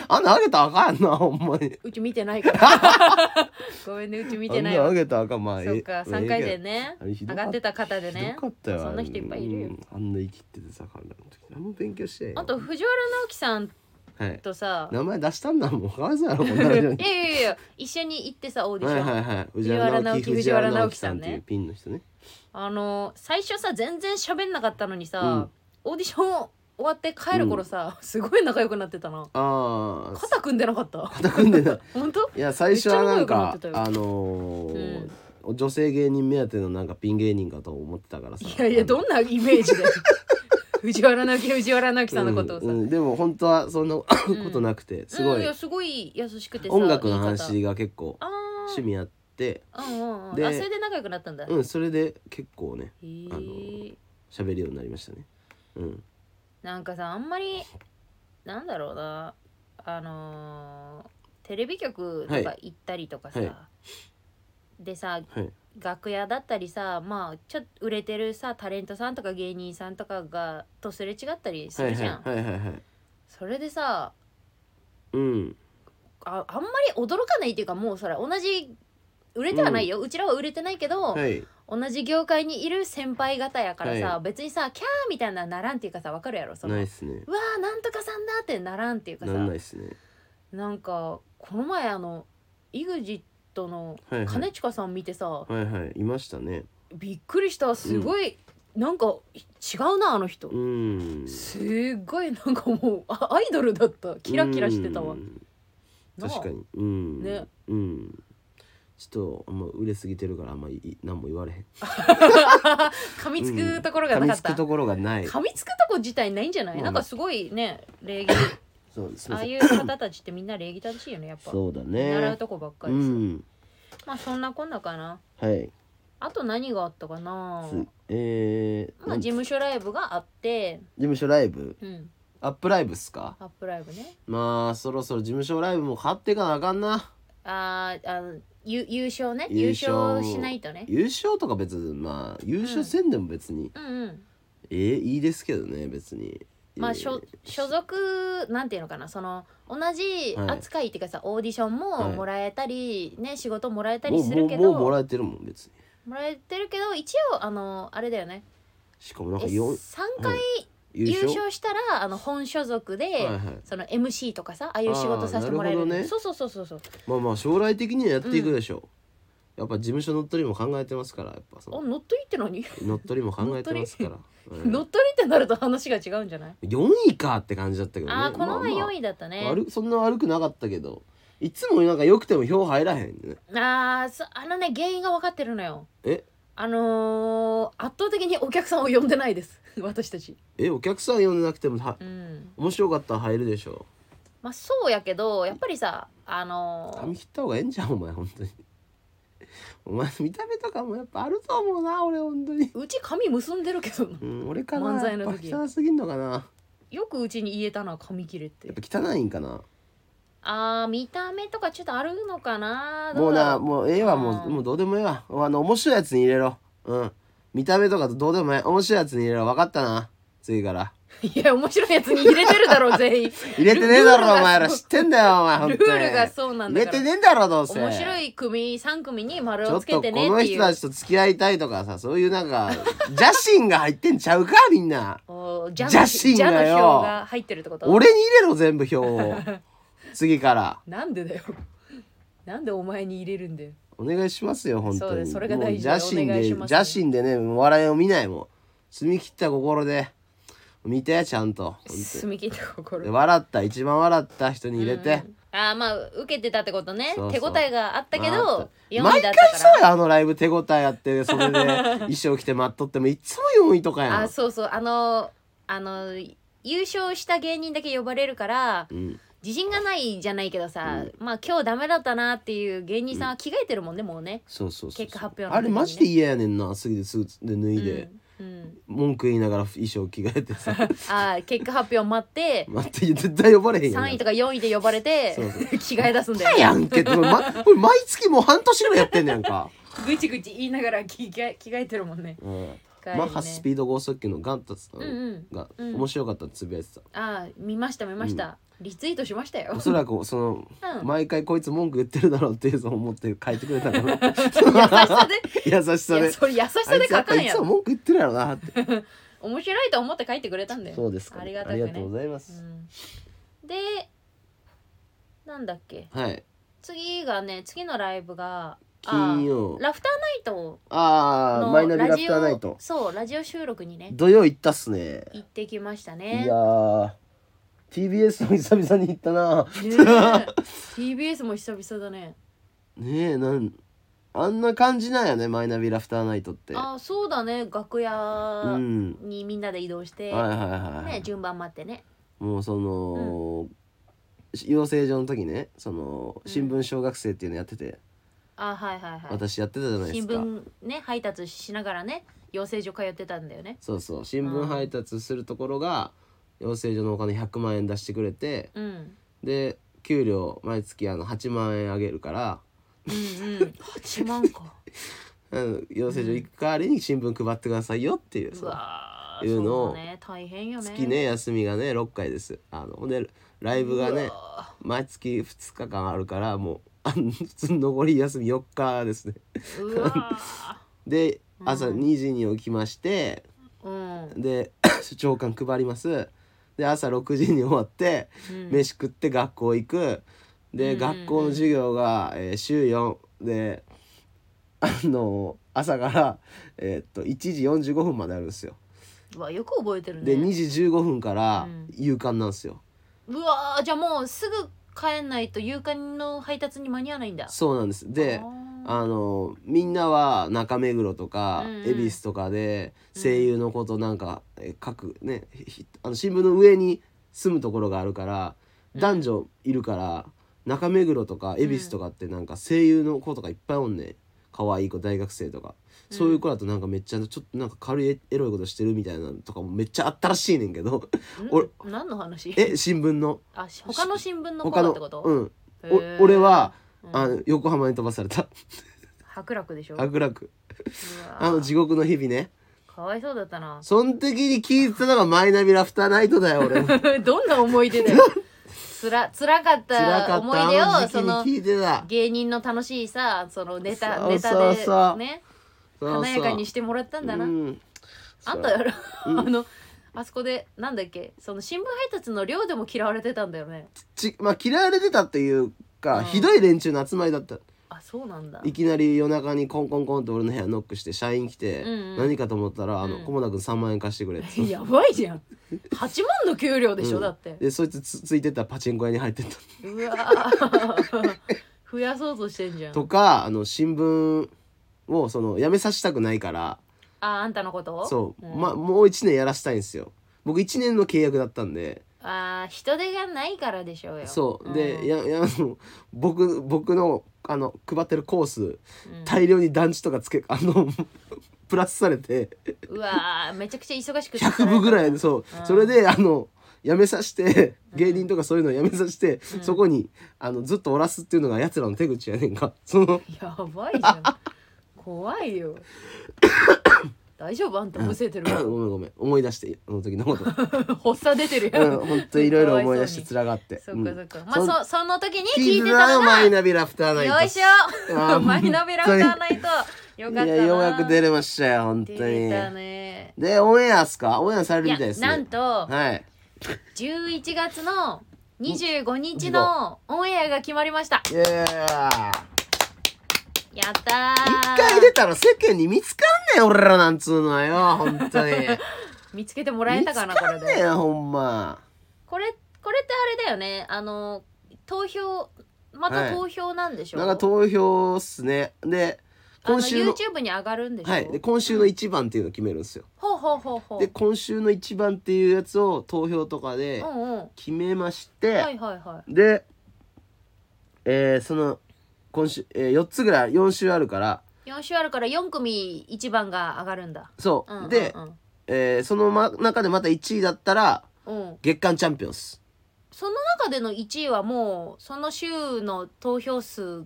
[SPEAKER 2] あんなんあげたらあかんなほんまに
[SPEAKER 1] うち見てないから ごめんねうち見てない
[SPEAKER 2] あんなんあ
[SPEAKER 1] わ
[SPEAKER 2] げたらあかんまあええ
[SPEAKER 1] そうか
[SPEAKER 2] まあええ
[SPEAKER 1] 3回でね
[SPEAKER 2] あれひ
[SPEAKER 1] 上
[SPEAKER 2] どかっ
[SPEAKER 1] がってた方で
[SPEAKER 2] けどひ
[SPEAKER 1] ね
[SPEAKER 2] どかったよ
[SPEAKER 1] そんな人いっぱいいるよ
[SPEAKER 2] うんあんな生きててさ観覧の時何も勉強してへんよ
[SPEAKER 1] あと藤原直樹さん
[SPEAKER 2] はい
[SPEAKER 1] とさ
[SPEAKER 2] 名前出したんだもんかわいそうやろこんなの
[SPEAKER 1] い
[SPEAKER 2] に
[SPEAKER 1] やいやいや一緒に行ってさオーディシ
[SPEAKER 2] はい
[SPEAKER 1] ョン、
[SPEAKER 2] はいはい藤
[SPEAKER 1] 原
[SPEAKER 2] 原
[SPEAKER 1] 直
[SPEAKER 2] 直
[SPEAKER 1] 樹
[SPEAKER 2] 樹
[SPEAKER 1] 藤
[SPEAKER 2] 藤
[SPEAKER 1] 原
[SPEAKER 2] 原
[SPEAKER 1] 直
[SPEAKER 2] 直
[SPEAKER 1] 樹
[SPEAKER 2] 樹
[SPEAKER 1] さ
[SPEAKER 2] さ
[SPEAKER 1] ん
[SPEAKER 2] ん
[SPEAKER 1] ね
[SPEAKER 2] っていうピンの人ね
[SPEAKER 1] あの最初さ全然喋んなかったのにさ、オーディション終わって帰る頃さ、すごい仲良くなってたな
[SPEAKER 2] ああ
[SPEAKER 1] 肩組んでなかった
[SPEAKER 2] 肩組んでない
[SPEAKER 1] 本当
[SPEAKER 2] いや最初はなんか
[SPEAKER 1] めっちゃ仲良くなっ
[SPEAKER 2] あのー
[SPEAKER 1] て
[SPEAKER 2] 女性芸人目当てのなんかピン芸人かと思ってたからさ
[SPEAKER 1] いやいや
[SPEAKER 2] ん
[SPEAKER 1] どんなイメージ で藤原直樹藤原直樹さんのことをさ、
[SPEAKER 2] うんうんでも本当はそんなことなくてすご
[SPEAKER 1] うん、い
[SPEAKER 2] い
[SPEAKER 1] やすごい優しくてさ
[SPEAKER 2] 音楽の
[SPEAKER 1] いい方
[SPEAKER 2] 話が結構
[SPEAKER 1] あ
[SPEAKER 2] 趣味あって
[SPEAKER 1] あうんうんうん
[SPEAKER 2] で
[SPEAKER 1] あそれで仲良くなったんだ、へ
[SPEAKER 2] うんそれで結構ね
[SPEAKER 1] え
[SPEAKER 2] あの喋るようになりましたねうん
[SPEAKER 1] なんかさあんまりなんだろうなあのーテレビ局とか行ったりとかさ、
[SPEAKER 2] はい
[SPEAKER 1] でさ
[SPEAKER 2] はい
[SPEAKER 1] 楽屋だったりさまあちょっと売れてるさタレントさんとか芸人さんとかがとすれ違ったりす
[SPEAKER 2] は
[SPEAKER 1] る
[SPEAKER 2] い
[SPEAKER 1] じ
[SPEAKER 2] はい
[SPEAKER 1] ゃん、
[SPEAKER 2] はいはいはい
[SPEAKER 1] それでさ
[SPEAKER 2] うん
[SPEAKER 1] ああんまり驚かないっていうかもうそれ同じ売れてはないよ、うちらは売れてないけど、
[SPEAKER 2] はい
[SPEAKER 1] 同じ業界にいる先輩方やからさ、
[SPEAKER 2] は
[SPEAKER 1] 別にさキャーみたいなならんっていうかさわかるやろそのう
[SPEAKER 2] ない
[SPEAKER 1] わ
[SPEAKER 2] っすね
[SPEAKER 1] ーなんとかさんだってならんっていうか
[SPEAKER 2] な
[SPEAKER 1] さ
[SPEAKER 2] んないっすね
[SPEAKER 1] なんかこの前あの EXIT の
[SPEAKER 2] はいはい
[SPEAKER 1] 兼近さん見てさ、
[SPEAKER 2] はいはいいましたね
[SPEAKER 1] びっくりしたすごい、なんか違うなあの人、
[SPEAKER 2] うん
[SPEAKER 1] すっごいなんかもうあアイドルだったキラキラしてたわ
[SPEAKER 2] うん
[SPEAKER 1] なあ
[SPEAKER 2] 確かにうん
[SPEAKER 1] ね
[SPEAKER 2] うんちょっとあんま売れすぎてるからあんまり何も言われへん
[SPEAKER 1] 噛みつくところが
[SPEAKER 2] 噛
[SPEAKER 1] な
[SPEAKER 2] み
[SPEAKER 1] かっ
[SPEAKER 2] つ
[SPEAKER 1] た、
[SPEAKER 2] くところがない
[SPEAKER 1] 噛みつくとこ自体ないんじゃない、
[SPEAKER 2] まあ
[SPEAKER 1] なんかすごいね礼儀
[SPEAKER 2] そうす
[SPEAKER 1] あ
[SPEAKER 2] いま
[SPEAKER 1] あ
[SPEAKER 2] せん
[SPEAKER 1] いう方たちってみんな礼儀正しいよねやっぱ
[SPEAKER 2] そうだ
[SPEAKER 1] 習う
[SPEAKER 2] ね
[SPEAKER 1] とこばっか
[SPEAKER 2] う
[SPEAKER 1] りさ、
[SPEAKER 2] ん
[SPEAKER 1] まあそんなこんなかな
[SPEAKER 2] はい
[SPEAKER 1] あと何があったかな
[SPEAKER 2] つえ
[SPEAKER 1] ま
[SPEAKER 2] ー
[SPEAKER 1] あ
[SPEAKER 2] なん
[SPEAKER 1] 事
[SPEAKER 2] 事
[SPEAKER 1] 務所ライブがあって
[SPEAKER 2] 務所ライブ
[SPEAKER 1] うん
[SPEAKER 2] アップライブっすか
[SPEAKER 1] アップライブね
[SPEAKER 2] まあそろそろ事務所ライブも買っていかなあかんな
[SPEAKER 1] あーあのゆ優勝ね優
[SPEAKER 2] 優勝
[SPEAKER 1] 勝しないとね
[SPEAKER 2] 優勝とか別にまあ優勝せんでも別に
[SPEAKER 1] うんうん
[SPEAKER 2] えーいいですけどね別に
[SPEAKER 1] ま
[SPEAKER 2] え
[SPEAKER 1] あ
[SPEAKER 2] ー
[SPEAKER 1] 所所属なんていうのかなその同じ
[SPEAKER 2] はい
[SPEAKER 1] 扱いっていうかさオーディションも
[SPEAKER 2] はい
[SPEAKER 1] もらえたり、ね仕事もらえた
[SPEAKER 2] も
[SPEAKER 1] り
[SPEAKER 2] う
[SPEAKER 1] す
[SPEAKER 2] も
[SPEAKER 1] る
[SPEAKER 2] う
[SPEAKER 1] け
[SPEAKER 2] も
[SPEAKER 1] ど
[SPEAKER 2] うもらえてるもん別に
[SPEAKER 1] もらえてるけど一応あのあれだよね
[SPEAKER 2] しかもなん
[SPEAKER 1] え
[SPEAKER 2] かよん
[SPEAKER 1] 3回優
[SPEAKER 2] 優勝
[SPEAKER 1] 勝したら、あの本所属で、
[SPEAKER 2] はいはい
[SPEAKER 1] その MC とかさああいう仕事させてもらえ
[SPEAKER 2] あ
[SPEAKER 1] る
[SPEAKER 2] ーなるほどね
[SPEAKER 1] そうそうそうそうそう
[SPEAKER 2] まあまあ将来的にはやっていくでしょう、やっぱ事務所乗っ取りも考えてますからやっぱそ
[SPEAKER 1] あ
[SPEAKER 2] の
[SPEAKER 1] 乗っ取りって何、
[SPEAKER 2] 乗っ取りも考えてますから、うん
[SPEAKER 1] 乗っ取りってなると話が違うんじゃない、
[SPEAKER 2] 4位かって感じだったけどね
[SPEAKER 1] ああこの前
[SPEAKER 2] まあまあ
[SPEAKER 1] 4位だったね、
[SPEAKER 2] 悪そんな悪くなかったけどいつもなんか良くても票入らへんね
[SPEAKER 1] あーそあのね原因が分かってるのよ
[SPEAKER 2] え
[SPEAKER 1] あのー圧倒的にお客さんを呼んでないです 私たち
[SPEAKER 2] えお客さん呼んでなくてもは
[SPEAKER 1] うん
[SPEAKER 2] 面白かったら入るでしょ
[SPEAKER 1] まあそうやけどやっぱりさあのー
[SPEAKER 2] 髪切った方がええんじゃんお前本当に お前見た目とかもやっぱあると思うな俺本当に
[SPEAKER 1] うち髪結んでるけどな
[SPEAKER 2] うん俺かな
[SPEAKER 1] 漫才の時
[SPEAKER 2] やっぱ汚すぎんのかな
[SPEAKER 1] よくうちに言えたな髪切れって
[SPEAKER 2] やっぱ汚いんかな
[SPEAKER 1] あー見た目とかちょっとあるのかな
[SPEAKER 2] も
[SPEAKER 1] ど
[SPEAKER 2] う
[SPEAKER 1] だろ
[SPEAKER 2] なもうええわも
[SPEAKER 1] う
[SPEAKER 2] うんもうどうでもええわあの面白いやつに入れろうん見た目とかとどうでもええ面白いやつに入れろ分かったな次から
[SPEAKER 1] いや面白いやつに入れてるだろう全 員
[SPEAKER 2] 入れてねえだろお前
[SPEAKER 1] ルー
[SPEAKER 2] ら
[SPEAKER 1] ルが
[SPEAKER 2] 知ってんだよお前本当
[SPEAKER 1] ル
[SPEAKER 2] に
[SPEAKER 1] ールがそうなんだ
[SPEAKER 2] 入れ
[SPEAKER 1] から
[SPEAKER 2] てねえんだろどうせ
[SPEAKER 1] 面白い組3組に丸
[SPEAKER 2] ちょ
[SPEAKER 1] を
[SPEAKER 2] っ
[SPEAKER 1] つけ
[SPEAKER 2] とこ
[SPEAKER 1] てねっ
[SPEAKER 2] の
[SPEAKER 1] てい
[SPEAKER 2] 人た
[SPEAKER 1] う
[SPEAKER 2] ちと付き合いたいとかさそういうなんか邪心が入ってんちゃうかみ んな
[SPEAKER 1] おジャ
[SPEAKER 2] 邪
[SPEAKER 1] の
[SPEAKER 2] 心
[SPEAKER 1] ジャの
[SPEAKER 2] がよ
[SPEAKER 1] 票が入ってるってこと
[SPEAKER 2] 俺に入れろ全部票を次から
[SPEAKER 1] なんでだよ なんでお前に入れるんだよ
[SPEAKER 2] お願いしますよ本
[SPEAKER 1] そう
[SPEAKER 2] 当
[SPEAKER 1] だよ
[SPEAKER 2] に
[SPEAKER 1] それが大事だ
[SPEAKER 2] も
[SPEAKER 1] よ
[SPEAKER 2] う
[SPEAKER 1] お
[SPEAKER 2] 邪心
[SPEAKER 1] 願い
[SPEAKER 2] で
[SPEAKER 1] しますね
[SPEAKER 2] 邪心でねもう笑いを見ないもん澄み切った心で見てちゃんと本当に
[SPEAKER 1] 澄み切った心
[SPEAKER 2] で笑った一番笑った人に入れて、
[SPEAKER 1] うんああまあ受けてたってことね
[SPEAKER 2] そうそう
[SPEAKER 1] 手応えがあったけ
[SPEAKER 2] まああ
[SPEAKER 1] ど
[SPEAKER 2] った
[SPEAKER 1] 4
[SPEAKER 2] 毎
[SPEAKER 1] 位だっ
[SPEAKER 2] 回
[SPEAKER 1] たか
[SPEAKER 2] そうやあのライブ手応えあって それで衣装着て待っとってもいつも4位とからや
[SPEAKER 1] あ
[SPEAKER 2] ん
[SPEAKER 1] そうそうあのあの優勝した芸人だけ呼ばれるから
[SPEAKER 2] うん
[SPEAKER 1] 自信がないじゃないけどさ、まあ今日ダメだったなっていう芸人さんは着替えてるもんねもうね
[SPEAKER 2] そうそうそうそう
[SPEAKER 1] 結果発表の時にね
[SPEAKER 2] あれマジで嫌やねんなすぎてスーツで脱いで、
[SPEAKER 1] うんうん
[SPEAKER 2] 文句言いながら衣装着替えてさ
[SPEAKER 1] ああ結果発表待って
[SPEAKER 2] 待って絶対呼ばれへんやん
[SPEAKER 1] 3位とか4位で呼ばれて
[SPEAKER 2] そうそ
[SPEAKER 1] 着替え出すんだ
[SPEAKER 2] 嫌
[SPEAKER 1] よ
[SPEAKER 2] やんけって、ま、これ毎月もう半年ぐらいやってんねやんか、
[SPEAKER 1] ぐちぐち言いながら着替え着替えてるもんね
[SPEAKER 2] うん
[SPEAKER 1] 帰りね
[SPEAKER 2] マッハスピード剛速球のガンタツさ
[SPEAKER 1] うん
[SPEAKER 2] ん
[SPEAKER 1] うん
[SPEAKER 2] が
[SPEAKER 1] うん
[SPEAKER 2] 面白かったってつぶやいてた、
[SPEAKER 1] ああ見ました見ました、リツイートしましたよ
[SPEAKER 2] おそらくその、
[SPEAKER 1] うん
[SPEAKER 2] 毎回こいつ文句言ってるだろうっていうのを思って書いてくれたから 優し
[SPEAKER 1] い
[SPEAKER 2] さで
[SPEAKER 1] やそれ優し
[SPEAKER 2] あ
[SPEAKER 1] さ
[SPEAKER 2] い
[SPEAKER 1] で
[SPEAKER 2] つや
[SPEAKER 1] 書
[SPEAKER 2] っ
[SPEAKER 1] か
[SPEAKER 2] ぱ
[SPEAKER 1] ん
[SPEAKER 2] い
[SPEAKER 1] や
[SPEAKER 2] つも
[SPEAKER 1] ろ
[SPEAKER 2] 文句言ってるやろなって
[SPEAKER 1] 面白いと思って書いてくれたんだよ
[SPEAKER 2] そうですか、
[SPEAKER 1] ありがた
[SPEAKER 2] あ
[SPEAKER 1] く
[SPEAKER 2] り
[SPEAKER 1] ね
[SPEAKER 2] がとうございま
[SPEAKER 1] う
[SPEAKER 2] す、
[SPEAKER 1] んでなんだっけ
[SPEAKER 2] はい
[SPEAKER 1] 次がね次のライブがあー
[SPEAKER 2] 金曜
[SPEAKER 1] ラフターナイト
[SPEAKER 2] ああ
[SPEAKER 1] の
[SPEAKER 2] マイナビラ
[SPEAKER 1] ラ
[SPEAKER 2] フ
[SPEAKER 1] ジ
[SPEAKER 2] ター
[SPEAKER 1] オ
[SPEAKER 2] ナイト
[SPEAKER 1] そうラジオ収録にね
[SPEAKER 2] 土曜行ったっすね
[SPEAKER 1] 行ってきました
[SPEAKER 2] い
[SPEAKER 1] ね
[SPEAKER 2] やー TBS も久々に行ったな
[SPEAKER 1] ねえ TBS も久々だね
[SPEAKER 2] ねえなんあんな感じなんやねマイナビラフターナイトって
[SPEAKER 1] あーそうだね楽
[SPEAKER 2] う
[SPEAKER 1] 屋
[SPEAKER 2] ん
[SPEAKER 1] にみんなで移動して、
[SPEAKER 2] はいはいはい、
[SPEAKER 1] ね、順番待ってね
[SPEAKER 2] もうその、養成所の時ねその
[SPEAKER 1] うん
[SPEAKER 2] 新聞小学生っていうのやってて、
[SPEAKER 1] あはいはいはい
[SPEAKER 2] 私やってたじゃないで
[SPEAKER 1] 新
[SPEAKER 2] すか
[SPEAKER 1] 聞ね配達しながらね養成所通ってたんだよね
[SPEAKER 2] そうそう新聞配達するところが養成所のお金100万円出してくれて
[SPEAKER 1] うんうん
[SPEAKER 2] で給料毎月あの8万円あげるから
[SPEAKER 1] うん8万 か
[SPEAKER 2] あの養成所行く代わりに新聞配ってくださいよっていう
[SPEAKER 1] う
[SPEAKER 2] そう
[SPEAKER 1] わー
[SPEAKER 2] いうのを
[SPEAKER 1] そうだね大変よね
[SPEAKER 2] 月ね休みがね6回ですあのほんでライブがね
[SPEAKER 1] うわ
[SPEAKER 2] 毎月2日間あるからもうあの普通の残り休み4日ですね
[SPEAKER 1] ーう わ
[SPEAKER 2] で
[SPEAKER 1] うん
[SPEAKER 2] 朝2時に起きまして
[SPEAKER 1] ーうん
[SPEAKER 2] で 朝刊配りますで朝6時に終わって
[SPEAKER 1] うん
[SPEAKER 2] 飯食って学校行くで、
[SPEAKER 1] うん
[SPEAKER 2] 学校の授業が、えー週4であの朝から、えーっと1時45分まであるんですよ。
[SPEAKER 1] うわよく覚えてる
[SPEAKER 2] で2
[SPEAKER 1] ね
[SPEAKER 2] 時15分から
[SPEAKER 1] うん
[SPEAKER 2] 夕刊なんですよ。
[SPEAKER 1] うわーじゃあもうすぐ帰んないと夕刊の配達に間に合わないんだ
[SPEAKER 2] そうなんですで
[SPEAKER 1] あー
[SPEAKER 2] あのみんなは中目黒とか
[SPEAKER 1] うんうん
[SPEAKER 2] 恵比寿とかで声優のことなんかえー書くねひあの新聞の上に住むところがあるから
[SPEAKER 1] うん
[SPEAKER 2] 男女いるから中目黒とか恵比寿とかってなんか声優の子とかいっぱいおんねん可愛い子大学生とか
[SPEAKER 1] うん
[SPEAKER 2] そういう子だとなんかめっちゃちょっとなんか軽いエロいことしてるみたいなのとかもめっちゃあったらしいねん けど
[SPEAKER 1] ん
[SPEAKER 2] 俺
[SPEAKER 1] 何の話
[SPEAKER 2] え新聞の
[SPEAKER 1] あし他の新聞の他
[SPEAKER 2] 他
[SPEAKER 1] の
[SPEAKER 2] の
[SPEAKER 1] ってこと、
[SPEAKER 2] うん
[SPEAKER 1] へ
[SPEAKER 2] お
[SPEAKER 1] ー
[SPEAKER 2] 俺は
[SPEAKER 1] うん
[SPEAKER 2] あの横浜に飛ばされた
[SPEAKER 1] 白楽でしょうわ
[SPEAKER 2] 悪楽あの
[SPEAKER 1] ー
[SPEAKER 2] 地獄の日々ね
[SPEAKER 1] かわいそうだったな
[SPEAKER 2] その時に聞いてたのがマイナビラフターナイトだよ俺辛
[SPEAKER 1] どんな思い出だよつらつらかっ
[SPEAKER 2] か
[SPEAKER 1] た
[SPEAKER 2] っ
[SPEAKER 1] 思
[SPEAKER 2] た
[SPEAKER 1] い出
[SPEAKER 2] あの
[SPEAKER 1] を
[SPEAKER 2] 時期
[SPEAKER 1] そ
[SPEAKER 2] に
[SPEAKER 1] の
[SPEAKER 2] 聞いてた
[SPEAKER 1] 芸人の楽しいさそのネタ
[SPEAKER 2] そう
[SPEAKER 1] ネタ
[SPEAKER 2] そう
[SPEAKER 1] で
[SPEAKER 2] そう
[SPEAKER 1] ね
[SPEAKER 2] そうそう
[SPEAKER 1] 華やかにしてもらったんだな、
[SPEAKER 2] うん
[SPEAKER 1] あんたやろ
[SPEAKER 2] う ん
[SPEAKER 1] あのあそこでなんだっけその新聞配達の寮でも嫌われてたんだよね
[SPEAKER 2] ちまあ嫌われてたっていうか、
[SPEAKER 1] うん
[SPEAKER 2] ひどい連中の集まりだった
[SPEAKER 1] あそうなんだ
[SPEAKER 2] いきなり夜中にコンコンコンと俺の部屋ノックして社員来て、
[SPEAKER 1] うんうん
[SPEAKER 2] 何かと思ったら「あの
[SPEAKER 1] うん
[SPEAKER 2] 菰田君3万円貸してくれ」って
[SPEAKER 1] やばいじゃん8万の給料でしょ、
[SPEAKER 2] うん
[SPEAKER 1] だって
[SPEAKER 2] でそいつつついてったパチンコ屋に入ってった
[SPEAKER 1] うわー 増やそうとしてんじゃん
[SPEAKER 2] とかあの新聞をその辞めさせたくないから
[SPEAKER 1] ああんたのことを
[SPEAKER 2] そう、
[SPEAKER 1] ん
[SPEAKER 2] ま、もう1年やらせたいんですよ僕1年の契約だったんで
[SPEAKER 1] あー人手がないからでしょうよ
[SPEAKER 2] そうで、
[SPEAKER 1] ん
[SPEAKER 2] ややあの僕僕のあの配ってるコース
[SPEAKER 1] うん
[SPEAKER 2] 大量に団地とかつけあのプラスされて
[SPEAKER 1] うわーめちゃくちゃ忙しく
[SPEAKER 2] 100部ぐら
[SPEAKER 1] い
[SPEAKER 2] いそう、
[SPEAKER 1] うん
[SPEAKER 2] それであのやめさせて芸人とかそういうのやめさせて、そこにあのずっとおらすっていうのがやつらの手口やねんか その
[SPEAKER 1] やばいじゃ ん怖いよ大丈夫あんたむせてる
[SPEAKER 2] ごめんごめん思い出してあの時 のこと、
[SPEAKER 1] 発作出てる
[SPEAKER 2] うん
[SPEAKER 1] よ、、
[SPEAKER 2] 本当いろいろ思い出してつらがって
[SPEAKER 1] そっかそっか、
[SPEAKER 2] う
[SPEAKER 1] ま
[SPEAKER 2] ん
[SPEAKER 1] あそその時に
[SPEAKER 2] キ
[SPEAKER 1] 聞い
[SPEAKER 2] ー
[SPEAKER 1] て
[SPEAKER 2] ズ
[SPEAKER 1] た
[SPEAKER 2] ナ
[SPEAKER 1] の
[SPEAKER 2] のマイ
[SPEAKER 1] が
[SPEAKER 2] ナビラフターナイト
[SPEAKER 1] よいし
[SPEAKER 2] あ
[SPEAKER 1] ょ
[SPEAKER 2] ー
[SPEAKER 1] マイナビラフターナイトよかったない
[SPEAKER 2] やようやく出れましたよ本当
[SPEAKER 1] 出れ
[SPEAKER 2] に
[SPEAKER 1] たね
[SPEAKER 2] でオンエアっすかオンエアされる
[SPEAKER 1] い
[SPEAKER 2] み
[SPEAKER 1] や
[SPEAKER 2] たいです
[SPEAKER 1] なんと
[SPEAKER 2] はい
[SPEAKER 1] 11月の25日のオンエアが決まりました
[SPEAKER 2] いやー
[SPEAKER 1] やったー
[SPEAKER 2] 一回出たら世間に見つかんねん俺らなんつうのはよ本 当に
[SPEAKER 1] 見つけてもらえ
[SPEAKER 2] 見
[SPEAKER 1] た
[SPEAKER 2] つ
[SPEAKER 1] かなこ
[SPEAKER 2] か
[SPEAKER 1] れ
[SPEAKER 2] んね
[SPEAKER 1] で
[SPEAKER 2] んほんま
[SPEAKER 1] これこれってあれだよねあの投票ま
[SPEAKER 2] は
[SPEAKER 1] た
[SPEAKER 2] い
[SPEAKER 1] 投票なんでしょ、
[SPEAKER 2] なんか投票っすねで
[SPEAKER 1] あの
[SPEAKER 2] 今週の
[SPEAKER 1] YouTube に上がるんでしょ、
[SPEAKER 2] はいで今週の一番っていうの決めるんですよ
[SPEAKER 1] ほうほうほうほう
[SPEAKER 2] で今週の一番っていうやつを投票とかで
[SPEAKER 1] うんうん
[SPEAKER 2] 決めまして、
[SPEAKER 1] はいはいは
[SPEAKER 2] で、えーその今週、え4つぐらい4週あるから
[SPEAKER 1] い4週あるから4組1番が上がるんだ
[SPEAKER 2] そう、
[SPEAKER 1] うんうんうん
[SPEAKER 2] で、えーその、ま、中でまた1位だったら
[SPEAKER 1] うん
[SPEAKER 2] 月間チャンピオンっす
[SPEAKER 1] その中での1位はもうその週の投票数